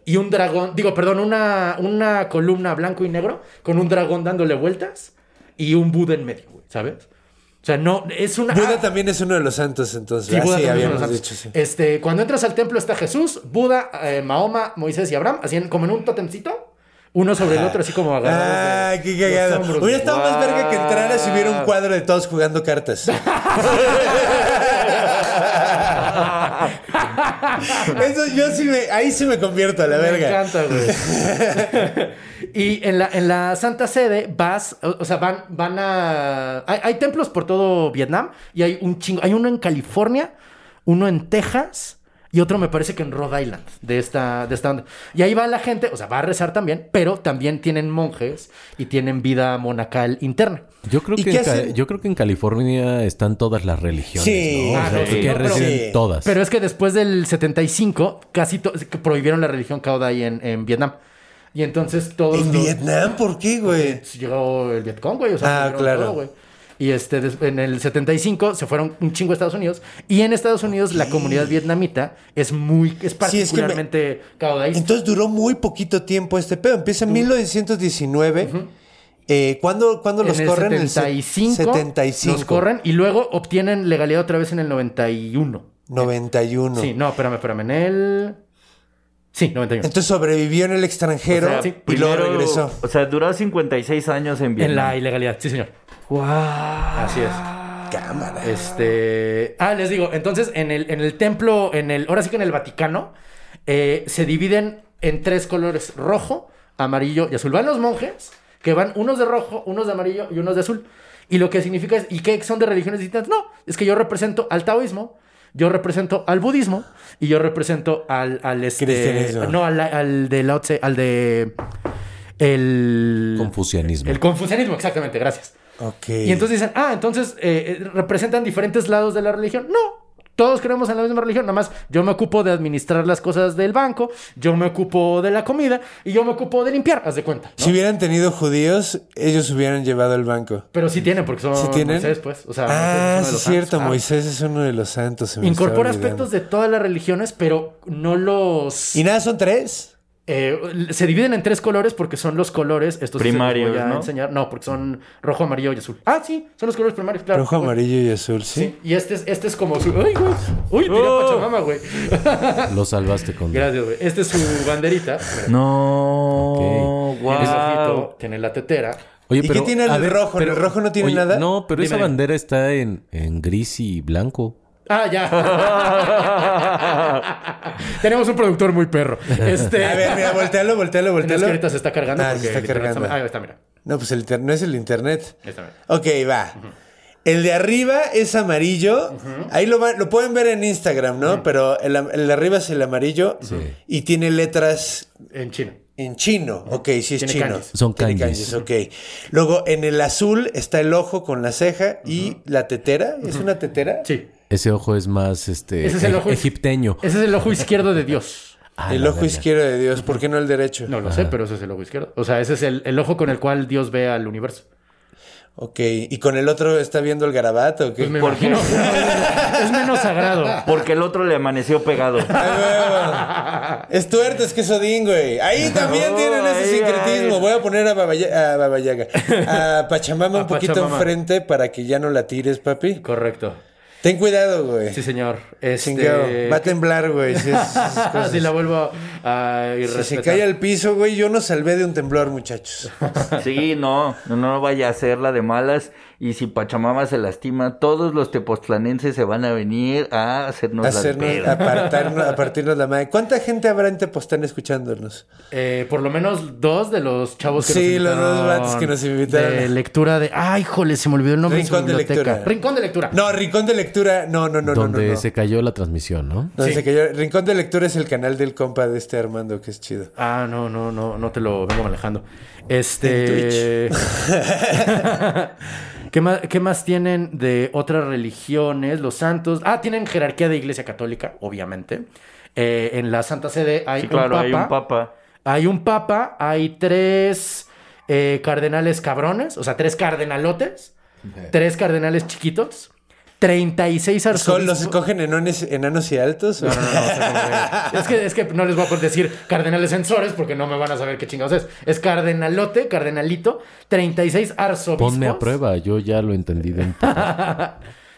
Speaker 5: y un dragón, digo, perdón, una, una columna blanco y negro con un dragón dándole vueltas y un Buda en medio, güey, ¿sabes? O sea, no, es una...
Speaker 3: Buda
Speaker 5: ah,
Speaker 3: también es uno de los santos, entonces.
Speaker 5: Sí,
Speaker 3: Ah,
Speaker 5: Buda
Speaker 3: sí,
Speaker 5: también
Speaker 3: habíamos
Speaker 5: son los
Speaker 3: dicho,
Speaker 5: santos.
Speaker 3: sí.
Speaker 5: Este, cuando entras al templo está Jesús, Buda, eh, Mahoma, Moisés y Abraham, así en- como en un totemcito, uno sobre el otro, así como agarrados.
Speaker 3: Ah,
Speaker 5: de
Speaker 3: qué
Speaker 5: los
Speaker 3: cagado. Hubiera
Speaker 5: hombros, güey.
Speaker 3: estado más verga que entrara si hubiera un cuadro de todos jugando cartas. Eso yo sí me, ahí sí me convierto a la
Speaker 5: Me
Speaker 3: verga.
Speaker 5: encanta, güey. y en la, en la Santa Sede vas, o, o sea, van, van a. Hay, hay templos por todo Vietnam y hay un chingo. Hay uno en California, uno en Texas. Y otro me parece que en Rhode Island, de esta, de esta onda. Y ahí va la gente, o sea, va a rezar también, pero también tienen monjes y tienen vida monacal interna.
Speaker 7: Yo creo,
Speaker 3: ¿Y
Speaker 7: que
Speaker 3: qué
Speaker 7: en Ca-
Speaker 3: hacen?
Speaker 7: yo creo que en California están todas las religiones,
Speaker 3: Sí.
Speaker 7: ¿no? O
Speaker 5: Ah,
Speaker 7: sea,
Speaker 5: sí.
Speaker 7: que
Speaker 5: No, pero-
Speaker 7: reciben
Speaker 3: Sí.
Speaker 7: todas.
Speaker 5: Pero es que después del 75, casi to- que prohibieron la religión caudai en, en Vietnam. Y entonces todos.
Speaker 3: ¿En
Speaker 5: los-
Speaker 3: Vietnam? ¿Por qué, güey?
Speaker 5: llegó el Vietcong, güey. O
Speaker 3: Ah,
Speaker 5: sea, tuvieron
Speaker 3: claro.
Speaker 5: todo, güey. y este, des- en el 75 se fueron un chingo a Estados Unidos. Y en Estados Unidos la comunidad vietnamita es muy, es
Speaker 3: Sí, es que me-
Speaker 5: particularmente caudalista.
Speaker 3: Entonces duró muy poquito tiempo este pedo. Empieza en 1919. Eh, ¿Cuándo, cuándo los
Speaker 5: en el
Speaker 3: corren? En el se-
Speaker 5: 75,
Speaker 3: 75.
Speaker 5: los corren y luego obtienen legalidad otra vez en el 91.
Speaker 3: 91.
Speaker 5: Sí, no, espérame, espérame. En el... Sí, 91.
Speaker 3: Entonces sobrevivió en el extranjero
Speaker 6: O sea,
Speaker 5: sí,
Speaker 3: y
Speaker 6: primero-
Speaker 3: luego regresó.
Speaker 6: O sea, duró 56 años en
Speaker 5: en
Speaker 6: Vietnam.
Speaker 5: la ilegalidad, sí, señor.
Speaker 6: Wow.
Speaker 5: Así es.
Speaker 3: Cámara.
Speaker 5: Este. Ah, les digo, entonces en el, en el templo, en el. Ahora sí que en el Vaticano, eh, se dividen en tres colores: rojo, amarillo y azul. Van los monjes, que van unos de rojo, unos de amarillo y unos de azul. Y lo que significa es, ¿y qué son de religiones distintas? No, es que yo represento al taoísmo, yo represento al budismo y yo represento al, al este-
Speaker 3: Cristianismo.
Speaker 5: No, al, al de Lao Tse, al de. El.
Speaker 7: Confucianismo.
Speaker 5: El confucianismo, exactamente, gracias.
Speaker 3: Ok.
Speaker 5: Y entonces dicen, ah, entonces eh, eh, representan diferentes lados de la religión. No, todos creemos en la misma religión, nada más yo me ocupo de administrar las cosas del banco, yo me ocupo de la comida y yo me ocupo de limpiar, haz de cuenta. ¿no?
Speaker 3: Si hubieran tenido judíos, ellos hubieran llevado el banco.
Speaker 5: Pero sí tienen, porque son
Speaker 3: ¿Sí tienen?
Speaker 5: Moisés, pues. O sea, Moisés
Speaker 3: Ah,
Speaker 5: uno de
Speaker 3: sí,
Speaker 5: los
Speaker 3: es cierto.
Speaker 5: santos. Ah,
Speaker 3: Moisés es uno de los santos. se me
Speaker 5: Incorpora
Speaker 3: estaba olvidando.
Speaker 5: aspectos de todas las religiones, pero no los...
Speaker 3: Y nada, son tres.
Speaker 5: eh, se dividen en tres colores porque son los colores... Estos sí se los
Speaker 6: Primarios,
Speaker 5: voy a
Speaker 6: ¿no?
Speaker 5: enseñar. No, porque son rojo, amarillo y azul. Ah, sí, son los colores primarios, claro. Pues,
Speaker 3: Rojo,
Speaker 5: Bueno.
Speaker 3: amarillo y azul, ¿sí?
Speaker 5: Sí, y este es, este es como su. ¡Ay, güey! ¡Uy, tiré a Pachamama, güey!
Speaker 7: Lo salvaste con...
Speaker 5: Gracias, güey. Este es su banderita. Mira,
Speaker 6: No.
Speaker 7: Ok.
Speaker 5: Tiene su
Speaker 6: Wow.
Speaker 5: ojito, tiene la tetera.
Speaker 7: Oye,
Speaker 3: ¿Y qué tiene el rojo? ¿El rojo no tiene nada?
Speaker 7: No, pero esa
Speaker 5: Dime.
Speaker 7: bandera está en, en gris y blanco.
Speaker 5: Ah, ya. Tenemos un productor muy perro. Este,
Speaker 3: A ver, mira, voltealo, voltealo,
Speaker 5: no, es
Speaker 3: voltealo.
Speaker 5: que ahorita se está cargando.
Speaker 3: Ah,
Speaker 5: porque
Speaker 3: se está
Speaker 5: el internet
Speaker 3: cargando.
Speaker 5: Ah, ahí está, mira.
Speaker 3: No, pues el internet no es el internet.
Speaker 5: Ahí está, mira.
Speaker 3: Ok, va. El de arriba es amarillo. Ahí lo, va- lo pueden ver en Instagram, ¿no? Pero el, am- el de arriba es el amarillo. Y tiene letras
Speaker 5: En China.
Speaker 3: en chino. Ok, sí es
Speaker 5: Tiene
Speaker 3: chino.
Speaker 5: kanjis.
Speaker 7: Son
Speaker 3: Tiene
Speaker 7: kanjis.
Speaker 3: ok. Luego en el azul está el ojo con la ceja y la tetera. ¿Es una tetera?
Speaker 5: Sí.
Speaker 7: Ese ojo es más este
Speaker 5: Ese es
Speaker 3: eh,
Speaker 5: el ojo
Speaker 7: e-
Speaker 5: iz-
Speaker 7: egipteño.
Speaker 5: Ese es el ojo izquierdo de Dios.
Speaker 7: Ah,
Speaker 3: El
Speaker 7: la
Speaker 3: ojo
Speaker 7: verga.
Speaker 3: izquierdo de Dios. ¿Por qué no el derecho?
Speaker 5: No lo sé, pero ese es el ojo izquierdo. O sea, ese es el, el ojo con el cual Dios ve al universo.
Speaker 3: Ok. ¿Y con el otro está viendo el garabato? o qué?
Speaker 5: Pues me
Speaker 6: ¿Por qué?
Speaker 5: imagino. es menos sagrado.
Speaker 6: Porque el otro le amaneció pegado.
Speaker 3: Ah, huevo. Es tuerto, es quesodín, güey. Ahí también
Speaker 6: No,
Speaker 3: tienen ese
Speaker 6: ahí,
Speaker 3: sincretismo.
Speaker 6: ahí.
Speaker 3: Voy a poner a Babayaga, a, Baba Yaga. A Pachamama
Speaker 5: A
Speaker 3: un poquito
Speaker 5: Pachamama.
Speaker 3: enfrente para que ya no la tires, papi.
Speaker 5: Correcto.
Speaker 3: Ten cuidado, güey.
Speaker 5: Sí, señor. Este...
Speaker 3: Chingado. Va a temblar, güey. Si, es- esas
Speaker 5: Ah,
Speaker 3: cosas.
Speaker 5: sí, la vuelvo a
Speaker 3: Si se
Speaker 5: irrespetar.
Speaker 3: cae al piso, güey, yo no salvé de un temblor, muchachos.
Speaker 6: Sí, no, no, no vaya a hacerla de malas. Y si Pachamama se lastima, todos los tepoztlanenses se van a venir a hacernos, las
Speaker 3: Hacernos,
Speaker 6: pedas.
Speaker 3: apartarnos, a partirnos la madre. ¿Cuánta gente habrá en Tepoztlán escuchándonos?
Speaker 5: Eh, por lo menos dos de los chavos que
Speaker 3: Sí,
Speaker 5: nos
Speaker 3: los
Speaker 5: invitaron.
Speaker 3: dos vatos que nos invitaron.
Speaker 5: De lectura de. ¡Ay, jole! Se me olvidó el nombre
Speaker 3: Rincón
Speaker 5: de
Speaker 3: de
Speaker 5: su biblioteca.
Speaker 3: lectura.
Speaker 5: Rincón de lectura.
Speaker 3: No, Rincón de Lectura. No, no, no, no, no.
Speaker 7: donde
Speaker 3: no.
Speaker 7: se cayó la transmisión, ¿no?
Speaker 3: Donde
Speaker 5: Sí.
Speaker 3: se cayó. Rincón de Lectura es el canal del compa de este Armando, que es chido.
Speaker 5: Ah, no, no, no, no te lo vengo manejando. Este.
Speaker 3: En
Speaker 5: ¿Qué, más, ¿Qué más tienen de otras religiones? Los santos. Ah, tienen jerarquía de iglesia católica, obviamente. Eh, en la Santa Sede hay
Speaker 6: Sí, claro, hay un papa.
Speaker 5: Hay un papa, hay tres eh, cardenales cabrones, o sea, tres cardenalotes, tres cardenales chiquitos, 36
Speaker 3: ¿Son- ¿Los
Speaker 5: arzobispos.
Speaker 3: escogen enones- enanos y altos?
Speaker 5: No, no, no, no, o sea, como que- es, que, es que no les voy a poder decir cardenales censores porque no me van a saber qué chingados es. Es cardenalote, cardenalito, 36 arzobispos.
Speaker 7: Ponme a prueba, yo ya lo entendí de un poco.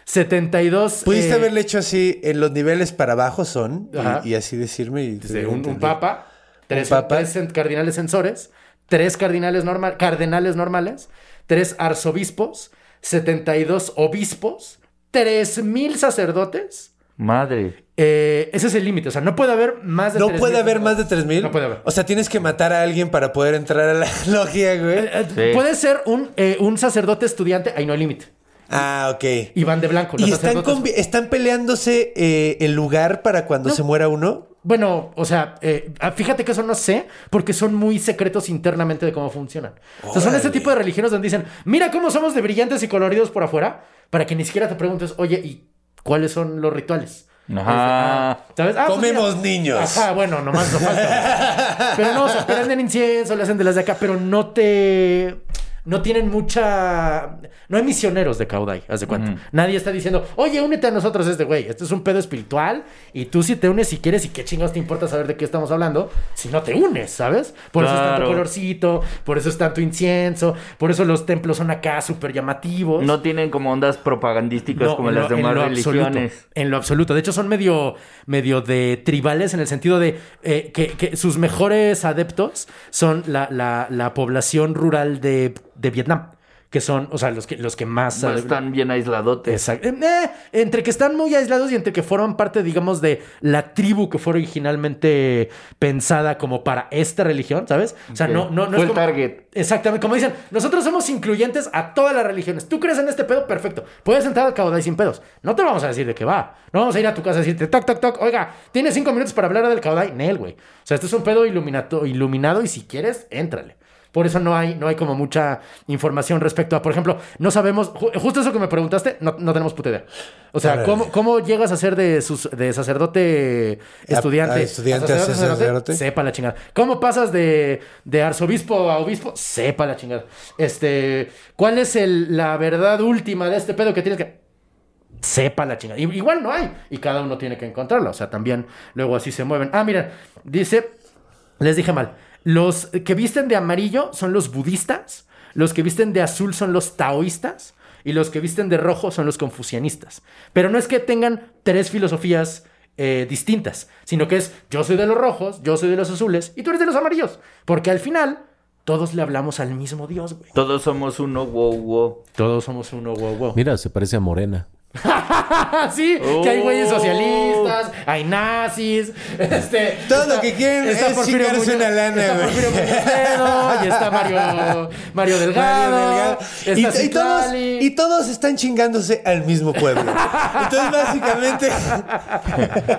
Speaker 5: 72.
Speaker 3: ¿Pudiste
Speaker 5: eh,
Speaker 3: haberle hecho así, en los niveles para abajo son, y-
Speaker 5: Ajá.
Speaker 3: y, así decirme? Y
Speaker 5: desde un, un papa, tres,
Speaker 3: papa.
Speaker 5: tres cen- cardenales censores, tres cardinales, normal, cardenales normales, tres arzobispos, 72 obispos, 3.000 sacerdotes.
Speaker 6: Madre.
Speaker 5: Eh, ese es el límite, o sea, no puede haber más de
Speaker 3: ¿No
Speaker 5: 3,000
Speaker 3: puede haber más de 3000?
Speaker 5: No puede haber.
Speaker 3: O sea, tienes que matar a alguien para poder entrar a la logia, güey.
Speaker 5: Eh,
Speaker 6: Sí.
Speaker 5: Puede ser un, eh, un sacerdote estudiante, ahí no hay límite.
Speaker 3: Ah, ok.
Speaker 5: Y van de blanco. los
Speaker 3: ¿Y están,
Speaker 5: sacerdotes.
Speaker 3: combi- están peleándose eh, el lugar para cuando se muera uno?
Speaker 5: Bueno, o sea, eh, ah, fíjate que eso no sé, porque son muy secretos internamente de cómo funcionan. O sea, son
Speaker 3: Órale.
Speaker 5: este tipo de religiones donde dicen, mira cómo somos de brillantes y coloridos por afuera, para que ni siquiera te preguntes, oye, ¿y cuáles son los rituales?
Speaker 6: Ajá.
Speaker 5: ¿Sabes? Ah, pues mira.
Speaker 3: Comemos niños.
Speaker 5: Ajá, bueno, nomás no falta. Pero no, o sea, te venden incienso, le hacen de las de acá, pero no te. No tienen mucha. No hay misioneros de Caudai, haz de cuenta. Nadie está diciendo, oye, únete a nosotros este güey. Esto es un pedo espiritual. Y tú si te unes si quieres, y qué chingados te importa saber de qué estamos hablando, si no te unes, ¿sabes? Por eso es tanto
Speaker 6: Claro.
Speaker 5: colorcito, por eso es tanto incienso, por eso los templos son acá súper llamativos.
Speaker 6: No tienen como ondas propagandísticas
Speaker 5: No,
Speaker 6: como
Speaker 5: en
Speaker 6: las
Speaker 5: lo- en
Speaker 6: demás
Speaker 5: lo
Speaker 6: religiones.
Speaker 5: absoluto, en lo absoluto. De hecho, son medio, medio de tribales en el sentido de eh, que, que sus mejores adeptos son la, la- la población rural de, de Vietnam, que son, o sea, los que, los que más...
Speaker 6: No están bien aisladotes.
Speaker 5: Exacto. Eh, entre que están muy aislados y entre que forman parte, digamos, de la tribu que fue originalmente pensada como para esta religión, ¿sabes? O sea,
Speaker 6: Ok.
Speaker 5: no, no, no
Speaker 6: Fue el
Speaker 5: como-
Speaker 6: target.
Speaker 5: Exactamente. Como dicen, nosotros somos incluyentes a todas las religiones. Tú crees en este pedo, perfecto. Puedes entrar al caudal sin pedos. No te vamos a decir de qué va. No vamos a ir a tu casa a decirte, toc, toc, toc. Oiga, tienes cinco minutos para hablar del caudal. Nel, güey. O sea, este es un pedo iluminato- iluminado y si quieres, éntrale. Por eso no hay, no hay como mucha información respecto a, por ejemplo, no sabemos, ju- justo eso que me preguntaste, no, no tenemos puta idea. O sea,
Speaker 3: Órale.
Speaker 5: ¿cómo, ¿cómo llegas a ser de, sus, de sacerdote estudiante?
Speaker 3: a estudiante a sacerdote.
Speaker 5: Sepa la chingada. ¿Cómo pasas de, de arzobispo a obispo? Sepa la chingada. Este, ¿cuál es el- la verdad última de este pedo que tienes que sepa la chingada? I- Igual no hay y cada uno tiene que encontrarla, o sea, también luego así se mueven. Ah, miren, dice les dije mal. Los que visten de amarillo son los budistas, los que visten de azul son los taoístas y los que visten de rojo son los confucianistas. Pero no es que tengan tres filosofías eh, distintas, sino que es yo soy de los rojos, yo soy de los azules y tú eres de los amarillos. Porque al final todos le hablamos al mismo Dios, güey.
Speaker 6: Todos somos uno, wow, wow.
Speaker 5: Todos somos uno, wow, wow.
Speaker 7: Mira, se parece a Morena.
Speaker 5: sí, que hay güeyes
Speaker 6: Oh.
Speaker 5: socialistas, hay nazis, este...
Speaker 3: Todo lo que quieren es chingarse
Speaker 5: Muñoz-
Speaker 3: una lana,
Speaker 5: está
Speaker 3: güey.
Speaker 5: Porfirio Muñoz Ledo, y está Mario, Mario Delgado,
Speaker 3: Mario Delgado.
Speaker 5: está
Speaker 3: Y, y todos,
Speaker 5: Citlali.
Speaker 3: y todos están chingándose al mismo pueblo. Entonces, básicamente,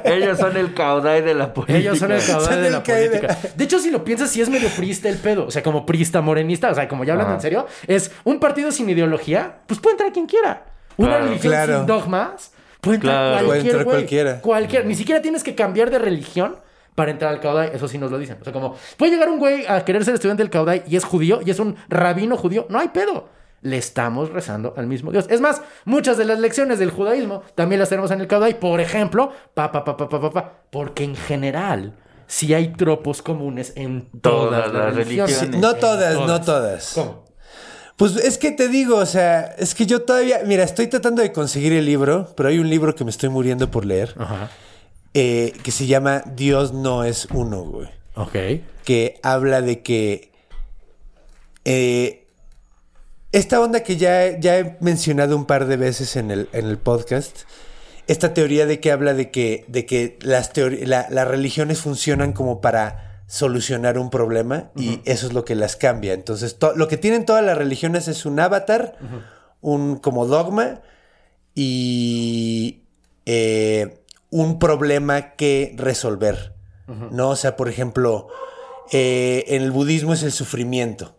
Speaker 6: Ellos son el caudal de la política.
Speaker 5: Ellos son el caudal
Speaker 3: Son
Speaker 5: de
Speaker 3: el
Speaker 5: la
Speaker 3: caudal.
Speaker 5: política. De hecho, si lo piensas, sí es medio priista el pedo. O sea, como priista morenista, o sea, como ya hablando
Speaker 6: Ajá.
Speaker 5: en serio, es un partido sin ideología, pues puede entrar quien quiera. Una
Speaker 6: Claro.
Speaker 5: religión
Speaker 3: Claro.
Speaker 5: sin dogmas, puede entrar
Speaker 6: Claro.
Speaker 5: cualquier
Speaker 3: Puede entrar
Speaker 5: güey.
Speaker 3: cualquiera.
Speaker 5: Cualquier- Ni siquiera tienes que cambiar de religión para entrar al caudal. Eso sí nos lo dicen. O sea, como puede llegar un güey a querer ser estudiante del caudal y es judío y es un rabino judío. No hay pedo. Le estamos rezando al mismo Dios. Es más, muchas de las lecciones del judaísmo también las tenemos en el caudal. Por ejemplo, pa, pa, pa, pa, pa, pa, pa. Porque en general, sí hay tropos comunes en todas, las, religiones.
Speaker 6: religiones.
Speaker 3: no todas, no todas.
Speaker 5: ¿Cómo?
Speaker 3: Pues es que te digo, o sea, es que yo todavía, mira, estoy tratando de conseguir el libro, pero hay un libro que me estoy muriendo por leer,
Speaker 5: Ah.
Speaker 3: eh, que se llama Dios no es uno, güey,
Speaker 5: Ok.
Speaker 3: que habla de que eh, esta onda que ya, ya he mencionado un par de veces en el, en el podcast, esta teoría de que habla de que, de que las, teor- la- las religiones funcionan como para solucionar un problema y eso es lo que las cambia. Entonces, to- lo que tienen todas las religiones es un avatar, un como dogma y eh, un problema que resolver. ¿No? O sea, por ejemplo, eh, en el budismo es el sufrimiento.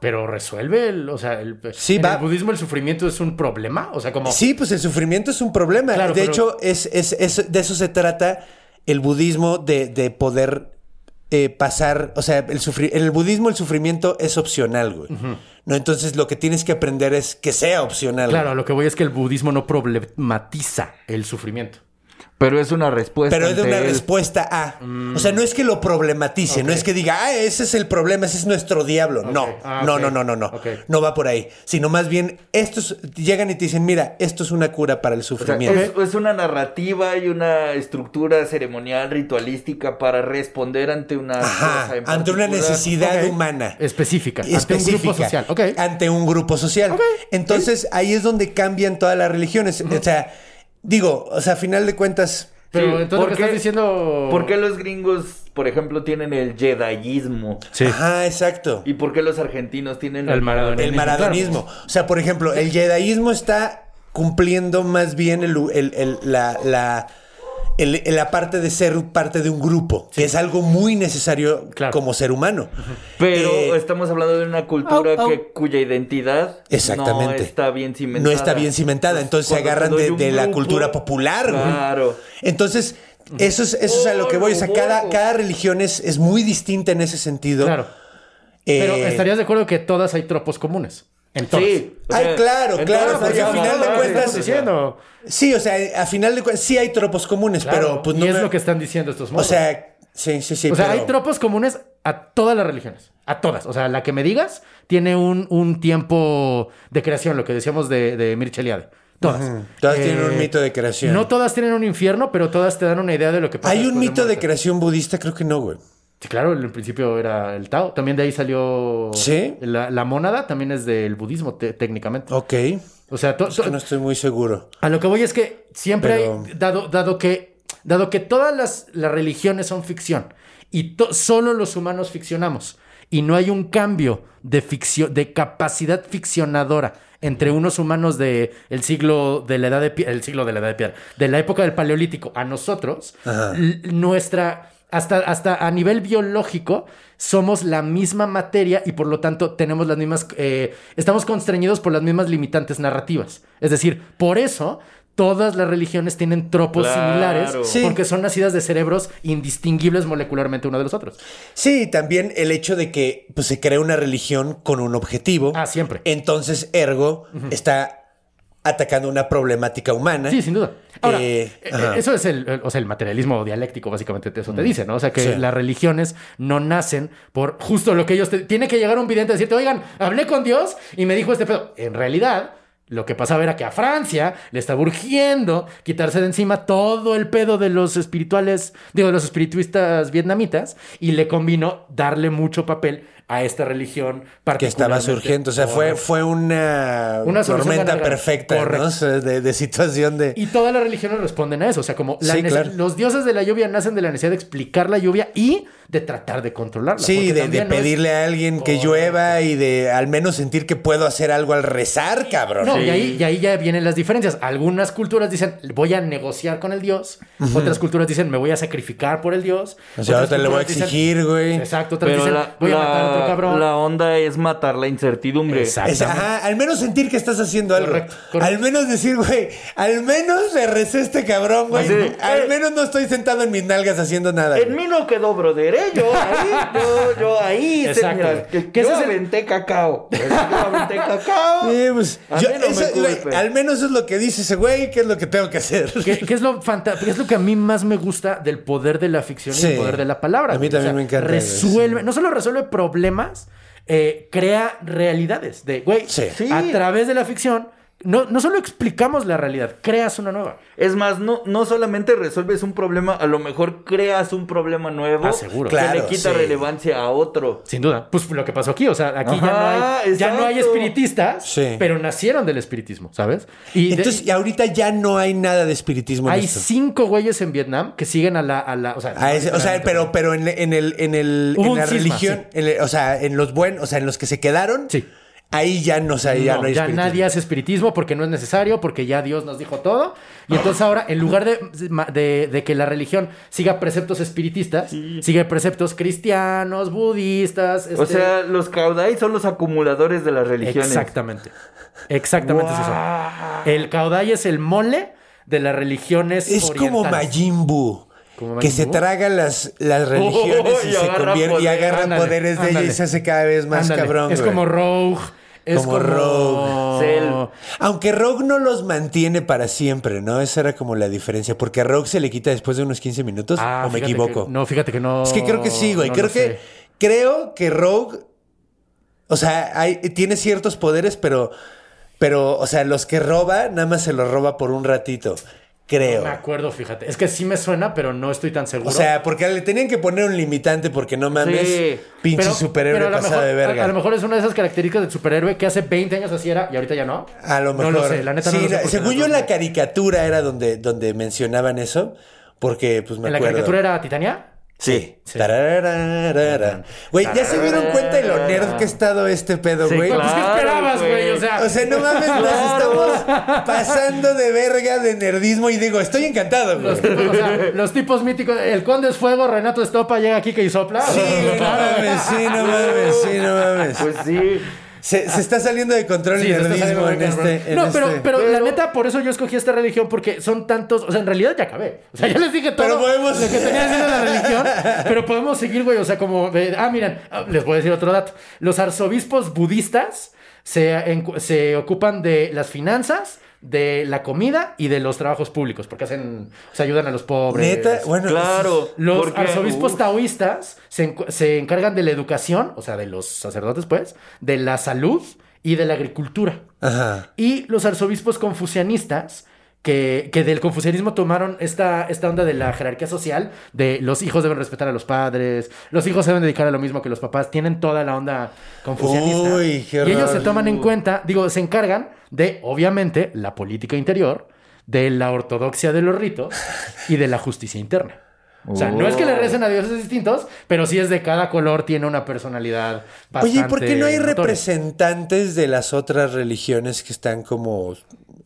Speaker 5: Pero resuelve, el- o sea, el,
Speaker 3: Sí,
Speaker 5: en
Speaker 3: va.
Speaker 5: el budismo el sufrimiento es un problema. O sea, como.
Speaker 3: Sí, pues el sufrimiento es un problema.
Speaker 5: Claro,
Speaker 3: de
Speaker 5: pero-
Speaker 3: hecho, es, es- es- de eso se trata el budismo de, de poder eh, pasar. O sea, el sufri- en el budismo el sufrimiento es opcional, güey. ¿No? Entonces lo que tienes que aprender es que sea opcional.
Speaker 5: Claro, a
Speaker 3: güey.
Speaker 5: lo que voy es que el budismo no problematiza el sufrimiento.
Speaker 6: Pero es una respuesta.
Speaker 3: Pero es de
Speaker 6: ante
Speaker 3: una
Speaker 6: él.
Speaker 3: respuesta a.
Speaker 5: Mm.
Speaker 3: O sea, no es que lo problematice, no es que diga, ah, ese es el problema, ese es nuestro diablo. No,
Speaker 5: Ah,
Speaker 3: no,
Speaker 5: ok.
Speaker 3: no, no, no, no.
Speaker 5: Ok.
Speaker 3: No va por ahí. Sino más bien, estos llegan y te dicen, mira, esto es una cura para el
Speaker 6: O sea,
Speaker 3: sufrimiento.
Speaker 6: es, es una narrativa y una estructura ceremonial, ritualística para responder ante una
Speaker 3: Ajá,
Speaker 6: cosa en
Speaker 3: ante una
Speaker 6: particular.
Speaker 3: necesidad
Speaker 5: Ok.
Speaker 3: humana.
Speaker 5: Específica. Ante un
Speaker 3: específica
Speaker 5: grupo social. Ok.
Speaker 3: ante un grupo social.
Speaker 5: Ok.
Speaker 3: Entonces ahí es donde cambian todas las religiones. O sea, digo, o sea, a final de cuentas,
Speaker 5: Pero
Speaker 6: Sí,
Speaker 5: entonces lo
Speaker 6: ¿por
Speaker 5: que
Speaker 6: qué-
Speaker 5: estás diciendo.
Speaker 6: ¿Por qué los gringos, por ejemplo, tienen el jedayismo?
Speaker 5: Sí.
Speaker 3: ajá, exacto.
Speaker 6: ¿Y por qué los argentinos tienen
Speaker 5: El maradonismo.
Speaker 3: El maradonismo. O sea, por ejemplo, el jedaísmo está cumpliendo más bien el, el- el- la, la, el- la parte de ser parte de un grupo, que es algo muy necesario
Speaker 5: Claro.
Speaker 3: como ser humano.
Speaker 6: Pero
Speaker 3: Eh,
Speaker 6: estamos hablando de una cultura
Speaker 5: au, au.
Speaker 6: Que, cuya identidad
Speaker 3: Exactamente.
Speaker 6: no está bien cimentada.
Speaker 3: No está bien cimentada,
Speaker 6: Pues,
Speaker 3: entonces se
Speaker 6: cuando
Speaker 3: agarran de,
Speaker 6: te doy un
Speaker 3: de la
Speaker 6: grupo,
Speaker 3: cultura popular. güey.
Speaker 6: Claro.
Speaker 3: Entonces, eso es, eso es a lo que voy. O sea, cada, cada religión es, es muy distinta en ese sentido.
Speaker 5: Oh, Claro.
Speaker 3: Eh,
Speaker 5: Pero estarías de acuerdo que todas hay tropos comunes. En todas.
Speaker 6: Sí. o
Speaker 3: Ay,
Speaker 6: sea,
Speaker 3: claro,
Speaker 6: entonces,
Speaker 3: claro, porque al
Speaker 6: no,
Speaker 3: final
Speaker 6: no,
Speaker 3: de
Speaker 6: no,
Speaker 3: cuentas-
Speaker 5: Estamos diciendo.
Speaker 3: Sí, o sea, a final de cuentas, sí hay tropos comunes, pero pues no.
Speaker 5: y es
Speaker 3: me-
Speaker 5: lo que están diciendo estos
Speaker 3: O
Speaker 5: modos.
Speaker 3: sea, sí, sí, sí.
Speaker 5: O sea,
Speaker 3: pero-
Speaker 5: hay tropos comunes a todas las religiones. A todas. O sea, la que me digas tiene un, un tiempo de creación, lo que decíamos de, de Mirceliade. Todas. Eh,
Speaker 3: Todas tienen un mito de creación.
Speaker 5: No todas tienen un infierno, pero todas te dan una idea de lo que pasa.
Speaker 3: ¿Hay un
Speaker 5: después
Speaker 3: mito de
Speaker 5: muerte.
Speaker 3: creación budista? Creo que no, güey.
Speaker 5: Sí, claro, en principio era el Tao. También de ahí salió.
Speaker 3: ¿Sí?
Speaker 5: La, la mónada también es del budismo, te- técnicamente.
Speaker 3: Ok.
Speaker 5: O sea, to-
Speaker 3: Es que
Speaker 5: to-
Speaker 3: no estoy muy seguro.
Speaker 5: a lo que voy es que siempre
Speaker 3: Pero-
Speaker 5: hay, dado, dado que, dado que todas las, las religiones son ficción y to- solo los humanos ficcionamos y no hay un cambio de, ficcio- de capacidad ficcionadora entre unos humanos de el siglo de la edad de piedra, el siglo de la edad de piedra, de la época del paleolítico a nosotros,
Speaker 3: Ajá.
Speaker 5: l- nuestra hasta, hasta a nivel biológico somos la misma materia y por lo tanto tenemos las mismas, eh, estamos constreñidos por las mismas limitantes narrativas. Es decir, por eso todas las religiones tienen tropos
Speaker 6: Claro.
Speaker 5: similares
Speaker 3: Sí.
Speaker 5: porque son nacidas de cerebros indistinguibles molecularmente uno de los otros.
Speaker 3: Sí, también el hecho de que pues, se crea una religión con un objetivo.
Speaker 5: Ah, siempre.
Speaker 3: Entonces, ergo, está atacando una problemática humana.
Speaker 5: Sí, sin duda. Ahora,
Speaker 3: Eh,
Speaker 5: eh,
Speaker 3: ajá. Mm.
Speaker 5: eso es el, el- o sea, el materialismo dialéctico, básicamente eso te dice, ¿no? O sea, que
Speaker 3: Sí.
Speaker 5: las religiones no nacen por justo lo que ellos... te- tiene que llegar un vidente a decirte, oigan, hablé con Dios y me dijo este pedo. En realidad, Lo que pasaba era que a Francia le estaba urgiendo quitarse de encima todo el pedo de los espirituales, digo, de los espirituistas vietnamitas, y le combinó darle mucho papel a esta religión
Speaker 3: que estaba
Speaker 5: particularmente
Speaker 3: surgiendo. O sea, fue,
Speaker 5: por-
Speaker 3: fue una,
Speaker 5: Una solución
Speaker 3: tormenta
Speaker 5: ganadora.
Speaker 3: perfecta, ¿no?
Speaker 5: Correcto.
Speaker 3: O sea, de, de situación de...
Speaker 5: Y todas las religiones responden a eso. O sea, como la
Speaker 3: Sí,
Speaker 5: nece-
Speaker 3: claro.
Speaker 5: los dioses de la lluvia nacen de la necesidad de explicar la lluvia y de tratar de controlarla.
Speaker 3: Sí, de,
Speaker 5: porque
Speaker 3: de
Speaker 5: también no es-
Speaker 3: pedirle a alguien que
Speaker 5: Correcto.
Speaker 3: llueva y de al menos sentir que puedo hacer algo al rezar, cabrón.
Speaker 5: No, y, ahí, y ahí ya vienen las diferencias. Algunas culturas dicen, voy a negociar con el dios. Otras culturas dicen, me voy a sacrificar por el dios.
Speaker 3: O sea,
Speaker 5: Otras
Speaker 3: ahorita le voy a
Speaker 5: culturas dicen-
Speaker 3: exigir, güey.
Speaker 5: Exacto, otras
Speaker 6: Pero
Speaker 5: dicen,
Speaker 6: la,
Speaker 5: voy a matar a otro
Speaker 6: la-
Speaker 5: cabrón.
Speaker 6: la onda es matar la incertidumbre.
Speaker 5: Exacto.
Speaker 3: Es- ajá, al menos sentir que estás haciendo algo.
Speaker 5: Correcto, correcto.
Speaker 3: Al menos decir, güey, al menos le recé a este cabrón, güey.
Speaker 6: Así de, eh.
Speaker 3: Al menos no estoy sentado en mis nalgas haciendo nada.
Speaker 6: En
Speaker 3: güey.
Speaker 6: mí no quedó brother, ¿eh? Yo ahí, yo, yo ahí, hice,
Speaker 5: Exacto.
Speaker 6: mira, que,
Speaker 5: Que
Speaker 6: yo
Speaker 5: ese es el-
Speaker 6: aventé cacao. Yo aventé cacao.
Speaker 3: Sí, pues,
Speaker 6: A
Speaker 3: yo-
Speaker 6: mí no me
Speaker 3: eso, güey,
Speaker 6: culpe.
Speaker 3: al menos es lo que dice ese güey, que es lo que tengo que hacer.
Speaker 5: ¿Qué, qué es lo fanta- qué es lo que a mí más me gusta del poder de la ficción
Speaker 3: Sí.
Speaker 5: y el poder de la palabra?
Speaker 3: A mí
Speaker 5: güey?
Speaker 3: también me encanta, güey,
Speaker 5: Resuelve,
Speaker 3: sí.
Speaker 5: no solo resuelve problemas, eh, crea realidades. De, güey,
Speaker 3: Sí.
Speaker 6: Sí.
Speaker 5: a través de la ficción, no, no solo explicamos la realidad, creas una nueva.
Speaker 6: Es más, no, no solamente resuelves un problema, a lo mejor creas un problema nuevo
Speaker 5: Ah, seguro.
Speaker 6: que
Speaker 3: Claro,
Speaker 6: le quita
Speaker 3: sí.
Speaker 6: relevancia a otro.
Speaker 5: Sin duda. Pues lo que pasó aquí, o sea, aquí
Speaker 6: Ajá,
Speaker 5: ya, no hay, ya no hay
Speaker 6: exacto.
Speaker 5: espiritistas,
Speaker 3: Sí.
Speaker 5: pero nacieron del espiritismo, ¿sabes? Y de-
Speaker 3: Entonces, y ahorita ya no hay nada de espiritismo en
Speaker 5: hay
Speaker 3: esto.
Speaker 5: cinco güeyes en Vietnam que siguen a la... A la o sea,
Speaker 3: A ese- o sea, pero, pero en, en el, en el,
Speaker 5: Hubo
Speaker 3: en
Speaker 5: un
Speaker 3: la
Speaker 5: cisma,
Speaker 3: religión, en el- o sea, en los buenos, o sea, en los que se quedaron,
Speaker 5: Sí.
Speaker 3: ahí ya no, o sea, ya no,
Speaker 5: No,
Speaker 3: hay
Speaker 5: ya
Speaker 3: espiritismo.
Speaker 5: nadie hace espiritismo porque no es necesario, porque ya Dios nos dijo todo. Y entonces ahora, en lugar de, de- de que la religión siga preceptos espiritistas, sigue preceptos cristianos, budistas.
Speaker 6: O
Speaker 5: este-
Speaker 6: sea, los caudais son los acumuladores de las religiones.
Speaker 5: exactamente. Exactamente es eso. El caudai es el mole de las religiones.
Speaker 3: Es como
Speaker 5: orientales.
Speaker 3: Majin Buu,
Speaker 5: ¿Como Majin
Speaker 3: que se
Speaker 5: Buu? Oh,
Speaker 3: traga las, las religiones y,
Speaker 6: y
Speaker 3: se
Speaker 6: agarra
Speaker 3: convierte y
Speaker 6: poder.
Speaker 3: agarra
Speaker 5: Ándale,
Speaker 3: poderes de ella y
Speaker 5: ándale.
Speaker 3: se hace cada vez más
Speaker 5: Ándale,
Speaker 3: cabrón.
Speaker 5: Es
Speaker 3: güey.
Speaker 5: como Rogue. Es
Speaker 3: Como
Speaker 5: como,
Speaker 3: Rogue.
Speaker 6: Cell.
Speaker 3: Aunque Rogue no los mantiene para siempre, ¿no? Esa era como la diferencia, porque a Rogue se le quita después de unos 15 minutos,
Speaker 5: Ah,
Speaker 3: o me
Speaker 5: fíjate
Speaker 3: equivoco.
Speaker 5: que- no, fíjate que no.
Speaker 3: Es que creo que sí, güey.
Speaker 5: no
Speaker 3: creo
Speaker 5: lo
Speaker 3: que.
Speaker 5: sé.
Speaker 3: Creo que Rogue. O sea, hay- tiene ciertos poderes, pero. Pero, o sea, los que roba, nada más se los roba por un ratito. Creo.
Speaker 5: No me acuerdo, fíjate. Es que sí me suena, pero no estoy tan seguro.
Speaker 3: O sea, porque le tenían que poner un limitante porque no mames.
Speaker 6: Sí.
Speaker 3: Pinche
Speaker 5: Pero-
Speaker 3: superhéroe
Speaker 5: pero a lo
Speaker 3: pasado
Speaker 5: mejor-
Speaker 3: de verga.
Speaker 5: A, a lo mejor es una de esas características del superhéroe que hace 20 años así era y ahorita ya no.
Speaker 3: A lo mejor.
Speaker 5: No lo sé, la neta
Speaker 3: Sí,
Speaker 5: no lo sé.
Speaker 3: la-
Speaker 5: porque
Speaker 3: según
Speaker 5: no-
Speaker 3: yo, la caricatura era donde, donde mencionaban eso. Porque, pues me
Speaker 5: ¿En la
Speaker 3: acuerdo.
Speaker 5: caricatura era Titania?
Speaker 3: Sí.
Speaker 5: Sí.
Speaker 3: Tarararara. Güey, ya se dieron cuenta de lo nerd que ha estado este pedo,
Speaker 6: Sí,
Speaker 3: güey.
Speaker 5: Pues, ¿qué
Speaker 6: Claro,
Speaker 5: esperabas, güey?
Speaker 6: güey.
Speaker 5: O sea,
Speaker 3: O sea, no mames, nos estamos pasando de verga de nerdismo y digo, estoy encantado, güey.
Speaker 5: los tipos, o sea, los tipos míticos. El Conde es Fuego, Renato Estopa llega aquí que y sopla.
Speaker 3: Sí, güey, no mames, sí, no mames, sí, no mames.
Speaker 6: Pues sí.
Speaker 3: Se, se está saliendo de control
Speaker 5: Sí,
Speaker 3: el
Speaker 5: se está
Speaker 3: nerdismo
Speaker 5: saliendo muy
Speaker 3: en
Speaker 5: cabrón.
Speaker 3: este. en
Speaker 5: no, pero,
Speaker 3: este.
Speaker 5: pero, la neta, por eso yo escogí esta religión, porque son tantos. O sea, en realidad ya acabé. O sea, ya les dije todo
Speaker 3: Pero podemos-
Speaker 5: lo que tenía que decir de la religión, pero podemos seguir, güey. O sea, como. de- ah, miren, ah, les voy a decir otro dato. Los arzobispos budistas se, encu- se ocupan de las finanzas, de la comida y de los trabajos públicos, porque hacen. O sea, ayudan a los pobres.
Speaker 3: Neta, bueno.
Speaker 6: Claro.
Speaker 5: Los
Speaker 6: porque-
Speaker 5: arzobispos
Speaker 6: Uf.
Speaker 5: taoístas se, encu- se encargan de la educación, o sea, de los sacerdotes, pues, de la salud y de la agricultura.
Speaker 3: Ajá.
Speaker 5: Y los arzobispos confucianistas, que, que del confucianismo tomaron esta, esta onda de la jerarquía social, de los hijos deben respetar a los padres, los hijos se deben dedicar a lo mismo que los papás, tienen toda la onda confucianista.
Speaker 3: Uy, qué
Speaker 5: y ellos se
Speaker 3: raro.
Speaker 5: toman en cuenta, digo, se encargan de, obviamente, la política interior, de la ortodoxia de los ritos y de la justicia interna. O sea, no es que le recen a dioses distintos, pero sí es de cada color tiene una personalidad bastante
Speaker 3: Oye, ¿y por qué no hay
Speaker 5: notoria.
Speaker 3: representantes de las otras religiones que están como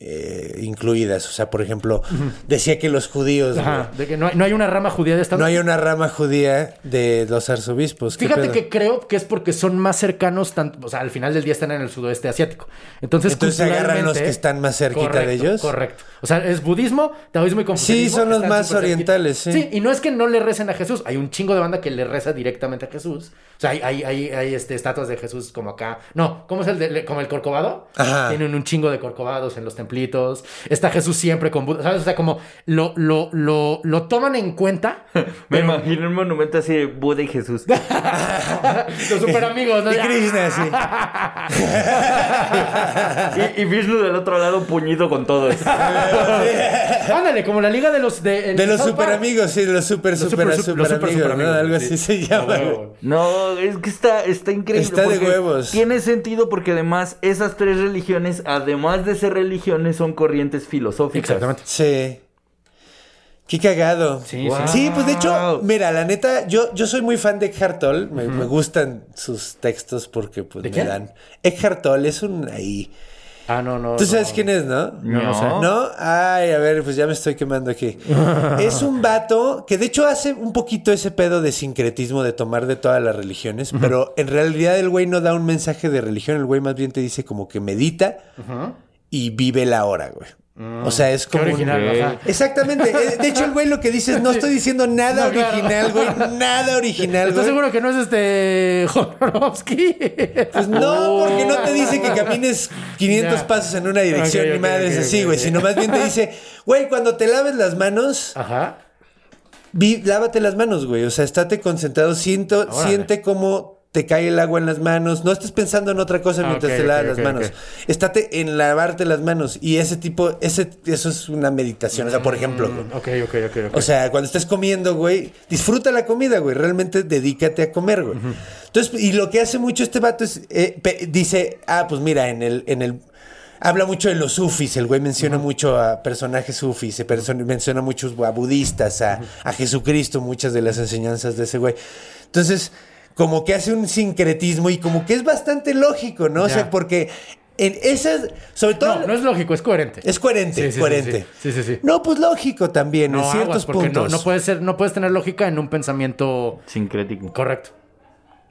Speaker 3: eh, incluidas? O sea, por ejemplo, decía que los judíos.
Speaker 5: Ajá,
Speaker 3: güey,
Speaker 5: de que no hay, no hay una rama judía de esta
Speaker 3: No hay una rama judía de los arzobispos. ¿Qué
Speaker 5: Fíjate
Speaker 3: pedo?
Speaker 5: que creo que es porque son más cercanos, tanto, o sea, al final del día están en el sudoeste asiático. Entonces,
Speaker 3: Entonces, agarran
Speaker 5: culturalmente-
Speaker 3: los que están más cerquita de
Speaker 5: Correcto,
Speaker 3: ellos.
Speaker 5: Correcto. O sea, es budismo, taoísmo y confucianismo.
Speaker 3: Sí, son los
Speaker 5: están
Speaker 3: más
Speaker 5: súper cerquita.
Speaker 3: orientales, sí.
Speaker 5: Sí, y no es que no le recen a Jesús. Hay un chingo de banda que le reza directamente a Jesús. O sea, hay, hay, hay, hay, este, estatuas de Jesús como acá. No, ¿cómo es el de, como el corcovado?
Speaker 3: Ajá.
Speaker 5: Tienen un chingo de corcovados en los templitos. Está Jesús siempre con Buda. ¿Sabes? O sea, como lo, lo, lo, lo toman en cuenta.
Speaker 6: Me imagino un monumento así de Buda y Jesús.
Speaker 5: los super amigos, ¿no? Ah.
Speaker 3: Y Krishna, sí.
Speaker 6: y, y Vishnu del otro lado puñido con todo esto.
Speaker 5: Ándale, como la liga de los de, en
Speaker 3: De los
Speaker 5: South
Speaker 3: super
Speaker 5: Park.
Speaker 3: amigos, sí, de los super,
Speaker 5: Los
Speaker 3: super,
Speaker 5: super,
Speaker 3: super,
Speaker 5: los super,
Speaker 3: amigos,
Speaker 5: super
Speaker 3: ¿no?
Speaker 5: amigos,
Speaker 3: Algo
Speaker 5: sí.
Speaker 3: así se llama.
Speaker 5: A huevo.
Speaker 6: No, es que está, está increíble.
Speaker 3: Está de
Speaker 6: porque
Speaker 3: huevos.
Speaker 6: Tiene sentido porque además esas tres religiones, además de ser religiones, son corrientes filosóficas.
Speaker 5: Exactamente.
Speaker 3: Sí. Qué cagado.
Speaker 5: Sí,
Speaker 3: Wow.
Speaker 5: sí.
Speaker 3: pues de hecho, mira, la neta, yo, yo soy muy fan de Eckhart Tolle. Me, me gustan sus textos porque pues,
Speaker 5: ¿De
Speaker 3: me
Speaker 5: quién?
Speaker 3: dan. Eckhart Tolle es un ahí.
Speaker 5: Ah, no, no.
Speaker 3: Tú
Speaker 5: no.
Speaker 3: sabes quién es, ¿no?
Speaker 6: No, no sé.
Speaker 3: ¿No? Ay, a ver, pues ya me estoy quemando aquí. es un vato que de hecho hace un poquito ese pedo de sincretismo de tomar de todas las religiones, pero en realidad el güey no da un mensaje de religión, el güey más bien te dice como que medita y vive la hora, güey. O sea, es
Speaker 5: Mm. Qué
Speaker 3: como un-
Speaker 5: original,
Speaker 6: Ok.
Speaker 5: ajá.
Speaker 3: Exactamente. Eh, De hecho, el güey lo que dice es, no estoy diciendo nada
Speaker 5: No, claro.
Speaker 3: original, güey. Nada original,
Speaker 5: ¿Estás
Speaker 3: güey.
Speaker 5: seguro que no es este Jodorowsky?
Speaker 3: Pues no, porque no te dice que camines 500
Speaker 5: Ah. Ya.
Speaker 3: pasos en una dirección
Speaker 5: Ok,
Speaker 3: ni
Speaker 5: ok,
Speaker 3: madres
Speaker 5: ok,
Speaker 3: así,
Speaker 5: ok,
Speaker 3: güey.
Speaker 5: ok.
Speaker 3: Sino más bien te dice, güey, cuando te laves las manos,
Speaker 5: Ajá.
Speaker 3: vi- lávate las manos, güey. O sea, estate concentrado, siento,
Speaker 5: Órale.
Speaker 3: siente cómo te cae el agua en las manos. No estés pensando en otra cosa
Speaker 5: Ah,
Speaker 3: mientras
Speaker 5: ok,
Speaker 3: te lavas
Speaker 5: ok,
Speaker 3: las
Speaker 5: ok,
Speaker 3: manos.
Speaker 5: ok.
Speaker 3: Estate en lavarte las manos. Y ese tipo, ese, eso es una meditación. O sea, por ejemplo, güey.
Speaker 5: Ok, ok, ok. ok.
Speaker 3: O sea, cuando estés comiendo, güey, disfruta la comida, güey. Realmente dedícate a comer, güey. Entonces, y lo que hace mucho este vato es, eh, pe- dice, ah, pues mira, en el, en el, habla mucho de los sufis, el güey menciona mucho a personajes sufis, se person- menciona muchos a budistas, a, a Jesucristo, muchas de las enseñanzas de ese güey. Entonces, como que hace un sincretismo y como que es bastante lógico, ¿no? O
Speaker 5: Ya.
Speaker 3: sea, porque en esas, sobre todo...
Speaker 5: no, no es lógico, es coherente.
Speaker 3: Es coherente,
Speaker 5: Sí, sí, sí,
Speaker 3: coherente.
Speaker 5: sí. Sí, sí, sí.
Speaker 3: No, pues lógico también, en
Speaker 5: no,
Speaker 3: ciertos
Speaker 5: aguas, porque
Speaker 3: puntos.
Speaker 5: No, no puedes ser, no puedes tener lógica en un pensamiento
Speaker 6: Sincrético.
Speaker 5: correcto.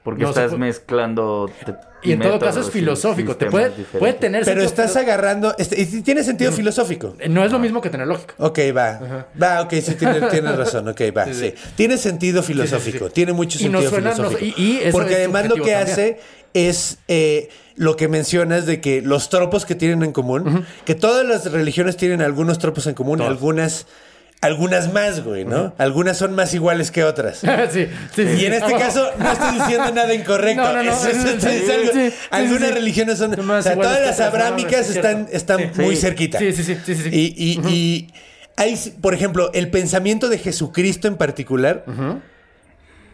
Speaker 6: Porque
Speaker 5: No, se
Speaker 6: estás
Speaker 5: pu-
Speaker 6: mezclando. te-
Speaker 5: Y en todo caso
Speaker 6: métodos
Speaker 5: es
Speaker 6: y
Speaker 5: filosófico. Te
Speaker 6: sistemas
Speaker 5: puede,
Speaker 6: diferentes.
Speaker 5: puede tener
Speaker 3: Pero
Speaker 5: sentido,
Speaker 3: estás agarrando. este- y sí tiene sentido filosófico.
Speaker 5: pero No es lo mismo que tener lógica.
Speaker 3: Ok, va. Va, ok, sí, tiene- tienes, razón. Ok, va. Sí, Tiene sentido filosófico.
Speaker 5: sí.
Speaker 3: Tiene mucho
Speaker 5: Y nos
Speaker 3: sentido
Speaker 5: suena- nos-
Speaker 3: filosófico.
Speaker 5: y- y eso
Speaker 3: Porque
Speaker 5: es
Speaker 3: además lo
Speaker 5: subjetivo
Speaker 3: que
Speaker 5: también.
Speaker 3: hace es eh, lo que mencionas de que los tropos que tienen en común, que todas las religiones tienen algunos tropos en común, algunas. Algunas más, güey, ¿no? Algunas son más iguales que otras.
Speaker 5: sí, sí, sí,
Speaker 3: Y en
Speaker 5: sí.
Speaker 3: este
Speaker 5: Ah,
Speaker 3: caso no estoy diciendo nada incorrecto.
Speaker 5: No, no, no.
Speaker 3: Es- es- es- es
Speaker 5: Sí,
Speaker 3: algo-
Speaker 5: sí, sí,
Speaker 3: algunas
Speaker 5: sí.
Speaker 3: religiones son.
Speaker 5: Son más
Speaker 3: o sea, todas
Speaker 5: iguales que
Speaker 3: las
Speaker 5: otras, no,
Speaker 3: abrámicas
Speaker 5: es
Speaker 3: están,
Speaker 5: cierto.
Speaker 3: están
Speaker 5: Sí.
Speaker 3: muy cerquita.
Speaker 5: Sí, sí, sí, sí, sí, sí.
Speaker 3: Y, y- y hay, por ejemplo, el pensamiento de Jesucristo en particular.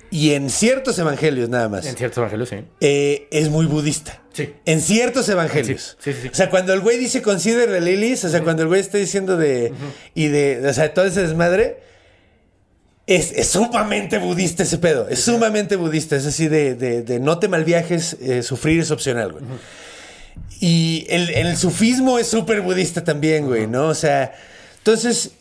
Speaker 3: Y en ciertos evangelios nada más.
Speaker 5: En ciertos evangelios, sí.
Speaker 3: eh, es muy budista.
Speaker 5: Sí.
Speaker 3: En ciertos evangelios.
Speaker 5: Sí, sí, sí.
Speaker 3: O sea, cuando el güey dice considera la lilis, o sea, cuando el güey está diciendo de. Y de. O sea, todo ese desmadre. Es, es sumamente budista ese pedo. Es sumamente budista. Es así de, de- de no te malviajes, eh, sufrir es opcional, güey. Y el, el sufismo es súper budista también, güey, ¿no? O sea, entonces,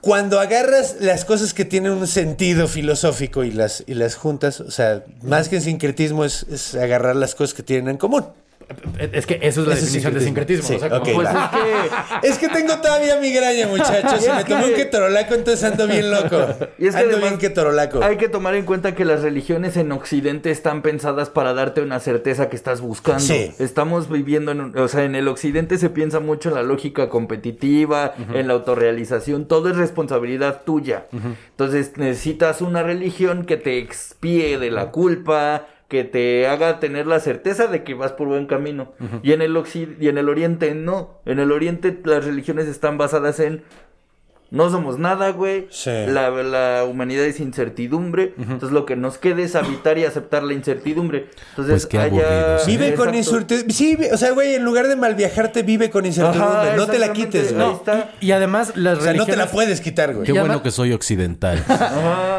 Speaker 3: cuando agarras las cosas que tienen un sentido filosófico y las, y las juntas, o sea, más que en sincretismo es, es agarrar las cosas que tienen en común.
Speaker 5: Es que eso es la
Speaker 3: Eso es
Speaker 5: definición de sincretismo.
Speaker 3: sincretismo. Sí,
Speaker 5: o sea, como-
Speaker 3: ok,
Speaker 5: pues,
Speaker 3: va.
Speaker 5: es que-
Speaker 3: Es que tengo todavía migraña, muchachos. Y me tomé un ketorolaco, entonces ando bien loco.
Speaker 6: Y es que
Speaker 3: ando
Speaker 6: además
Speaker 3: bien ketorolaco.
Speaker 6: Hay que tomar en cuenta que las religiones en Occidente están pensadas para darte una certeza que estás buscando.
Speaker 3: Sí.
Speaker 6: Estamos viviendo en, un- o sea, en el Occidente se piensa mucho en la lógica competitiva, en la autorrealización, todo es responsabilidad tuya. Entonces necesitas una religión que te expíe de la culpa, que te haga tener la certeza de que vas por buen camino. Y en el occi- y en el Oriente no. En el Oriente las religiones están basadas en no somos nada, güey.
Speaker 3: Sí.
Speaker 6: La, la humanidad es incertidumbre. Entonces lo que nos queda es habitar y aceptar la incertidumbre. Entonces
Speaker 7: Pues qué
Speaker 6: allá...
Speaker 7: aburridos.
Speaker 3: Vive con
Speaker 6: Exacto.
Speaker 3: incertidumbre. Sí, o sea, güey, en lugar de mal viajarte, vive con incertidumbre.
Speaker 6: Ajá,
Speaker 3: no te la
Speaker 6: exactamente.
Speaker 3: quites, güey.
Speaker 6: Ahí está.
Speaker 5: Y además las
Speaker 3: O sea, no te la
Speaker 5: religiones-
Speaker 3: puedes quitar, güey.
Speaker 7: Qué
Speaker 5: Y
Speaker 7: bueno
Speaker 5: ama-
Speaker 7: que soy occidental.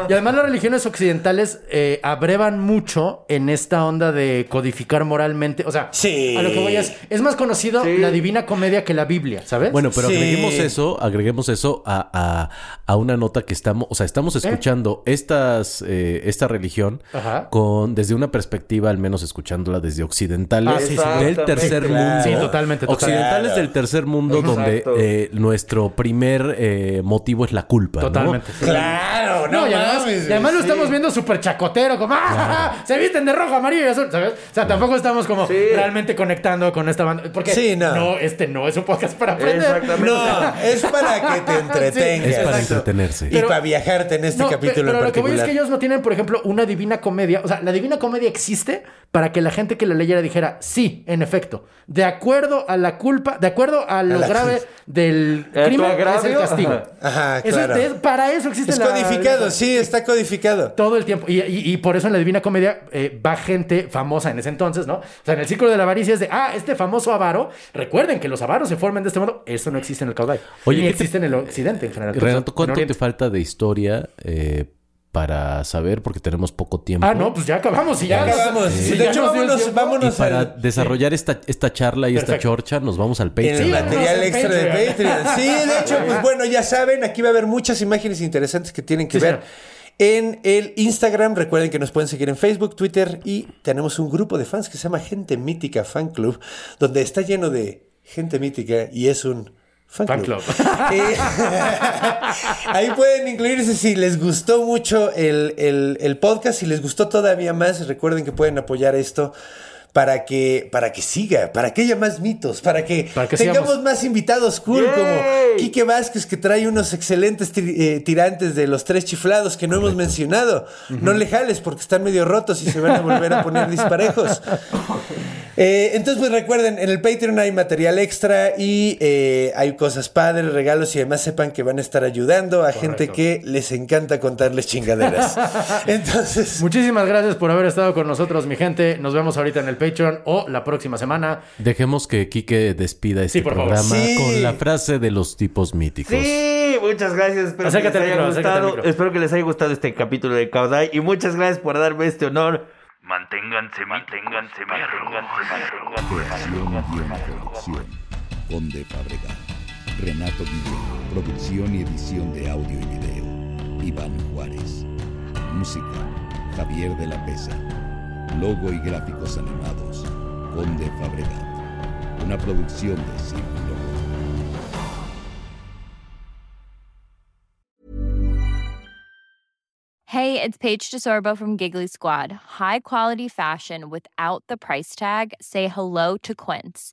Speaker 5: Y además las religiones occidentales eh, abrevan mucho en esta onda de codificar moralmente. O sea,
Speaker 3: Sí.
Speaker 5: a lo que voy es, es más conocido
Speaker 6: Sí.
Speaker 5: la Divina Comedia que la Biblia, ¿sabes?
Speaker 7: Bueno, pero
Speaker 3: Sí.
Speaker 7: agreguemos eso, agreguemos eso a, a, a- a una nota que estamos, o sea,
Speaker 5: Eh.
Speaker 7: estamos escuchando estas, eh, esta religión
Speaker 5: Ajá.
Speaker 7: con desde una perspectiva, al menos escuchándola desde occidentales
Speaker 5: Ah, sí, sí.
Speaker 7: del tercer
Speaker 6: Claro.
Speaker 7: mundo.
Speaker 5: Sí, totalmente, totalmente.
Speaker 7: Occidentales del tercer mundo, donde
Speaker 6: Exacto.
Speaker 7: eh, nuestro primer eh, motivo es la culpa. pues, ¿no?
Speaker 5: Totalmente. sí.
Speaker 3: Claro, no,
Speaker 5: No, y además,
Speaker 3: mames,
Speaker 5: y además lo
Speaker 3: sí.
Speaker 5: estamos viendo súper chacotero, como ¡ah, ja, ja! se visten de rojo, amarillo y azul, ¿sabes? O sea, tampoco estamos como
Speaker 6: Sí.
Speaker 5: realmente conectando con esta banda. Porque
Speaker 3: Sí, no.
Speaker 5: este no es un podcast para aprender.
Speaker 6: Exactamente.
Speaker 3: No, es para que te entretengas.
Speaker 7: Es para
Speaker 5: Exacto.
Speaker 7: entretenerse.
Speaker 3: y para viajarte en este
Speaker 5: No, pe-
Speaker 3: capítulo
Speaker 5: pero
Speaker 3: en
Speaker 5: lo que voy
Speaker 3: particular.
Speaker 5: es que ellos no tienen, por ejemplo, una divina comedia. O sea, la divina comedia existe para que la gente que la leyera dijera, sí, en efecto, de acuerdo a la culpa, de acuerdo a lo
Speaker 3: la
Speaker 5: grave
Speaker 3: culpa.
Speaker 5: del
Speaker 6: ¿A tu
Speaker 5: crimen, es el
Speaker 6: agravio?
Speaker 5: castigo.
Speaker 6: Ajá.
Speaker 3: Ajá,
Speaker 5: Eso
Speaker 3: claro.
Speaker 5: es- para eso existe
Speaker 3: Es
Speaker 5: la-
Speaker 3: codificado, sí, está codificado.
Speaker 5: Todo el tiempo. Y, y- y por eso en la Divina Comedia eh, va gente famosa en ese entonces, ¿no? O sea, en el círculo de la avaricia es de, ah, este famoso avaro. Recuerden que los avaros se forman de este modo. Eso no existe en el caudal.
Speaker 7: Oye,
Speaker 5: Ni
Speaker 7: ¿qué te-
Speaker 5: existe en el occidente en general.
Speaker 7: Renato,
Speaker 5: En
Speaker 7: ¿cuánto
Speaker 5: Oriente.
Speaker 7: te falta de historia eh, para saber? Porque tenemos poco tiempo.
Speaker 5: Ah, no, pues ya acabamos y ya.
Speaker 3: Acabamos.
Speaker 5: Sí,
Speaker 3: de
Speaker 5: ya
Speaker 3: hecho,
Speaker 5: nos dio el
Speaker 3: vámonos,
Speaker 5: tiempo.
Speaker 7: Y
Speaker 3: vámonos
Speaker 7: para
Speaker 3: al-
Speaker 7: desarrollar esta, esta charla y esta
Speaker 5: Perfecto.
Speaker 7: chorcha, nos vamos al
Speaker 3: en el
Speaker 7: Patreon.
Speaker 5: vámonos
Speaker 3: material
Speaker 5: al
Speaker 3: extra de
Speaker 5: Patreon.
Speaker 3: Patreon. Sí, de hecho, pues bueno, ya saben, aquí va a haber muchas imágenes interesantes que tienen que
Speaker 5: Sí,
Speaker 3: ver.
Speaker 5: señor.
Speaker 3: En el Instagram, recuerden que nos pueden seguir en Facebook, Twitter y tenemos un grupo de fans que se llama Gente Mítica Fan Club, donde está lleno de gente mítica y es un fan,
Speaker 5: Fan
Speaker 3: club.
Speaker 5: club.
Speaker 3: Eh, ahí pueden incluirse si les gustó mucho el, el- el podcast, si les gustó todavía más, recuerden que pueden apoyar esto para que, para que siga, para que haya más mitos, para que,
Speaker 5: Para que
Speaker 3: tengamos
Speaker 5: sigamos.
Speaker 3: más invitados cool,
Speaker 6: ¡Yay!
Speaker 3: como Quique Vázquez, que trae unos excelentes tri- eh, tirantes de los tres chiflados que no hemos mencionado. No le jales porque están medio rotos y se van a volver a poner disparejos. Eh, entonces, pues recuerden, en el Patreon hay material extra y eh, hay cosas padres, regalos y además sepan que van a estar ayudando a gente que les encanta contarles chingaderas. Entonces,
Speaker 5: Muchísimas gracias por haber estado con nosotros, mi gente. Nos vemos ahorita en el Patreon o la próxima semana.
Speaker 7: Dejemos que Quique despida este
Speaker 5: Sí, por favor.
Speaker 7: programa
Speaker 3: Sí.
Speaker 7: con la frase de los tipos míticos.
Speaker 6: Sí, muchas gracias. Espero
Speaker 5: Acércate
Speaker 6: que les
Speaker 5: al
Speaker 6: haya
Speaker 5: micro, acércate al
Speaker 6: gustado.
Speaker 5: micro.
Speaker 6: Espero que les haya gustado este capítulo de Caudai y muchas gracias por darme este honor. Manténganse, manténganse, manténganse, manténganse.
Speaker 2: Producción y Producción. Conde Fabregat. Renato Guillén. Producción y edición de audio y video. Iván Juárez. Música. Javier de la Pesa. Logo y gráficos animados. Conde Fabregat. Una producción de Círculo. Rojo.
Speaker 9: Hey, it's Paige DeSorbo from Giggly Squad. High quality fashion without the price tag. Say hello to Quince.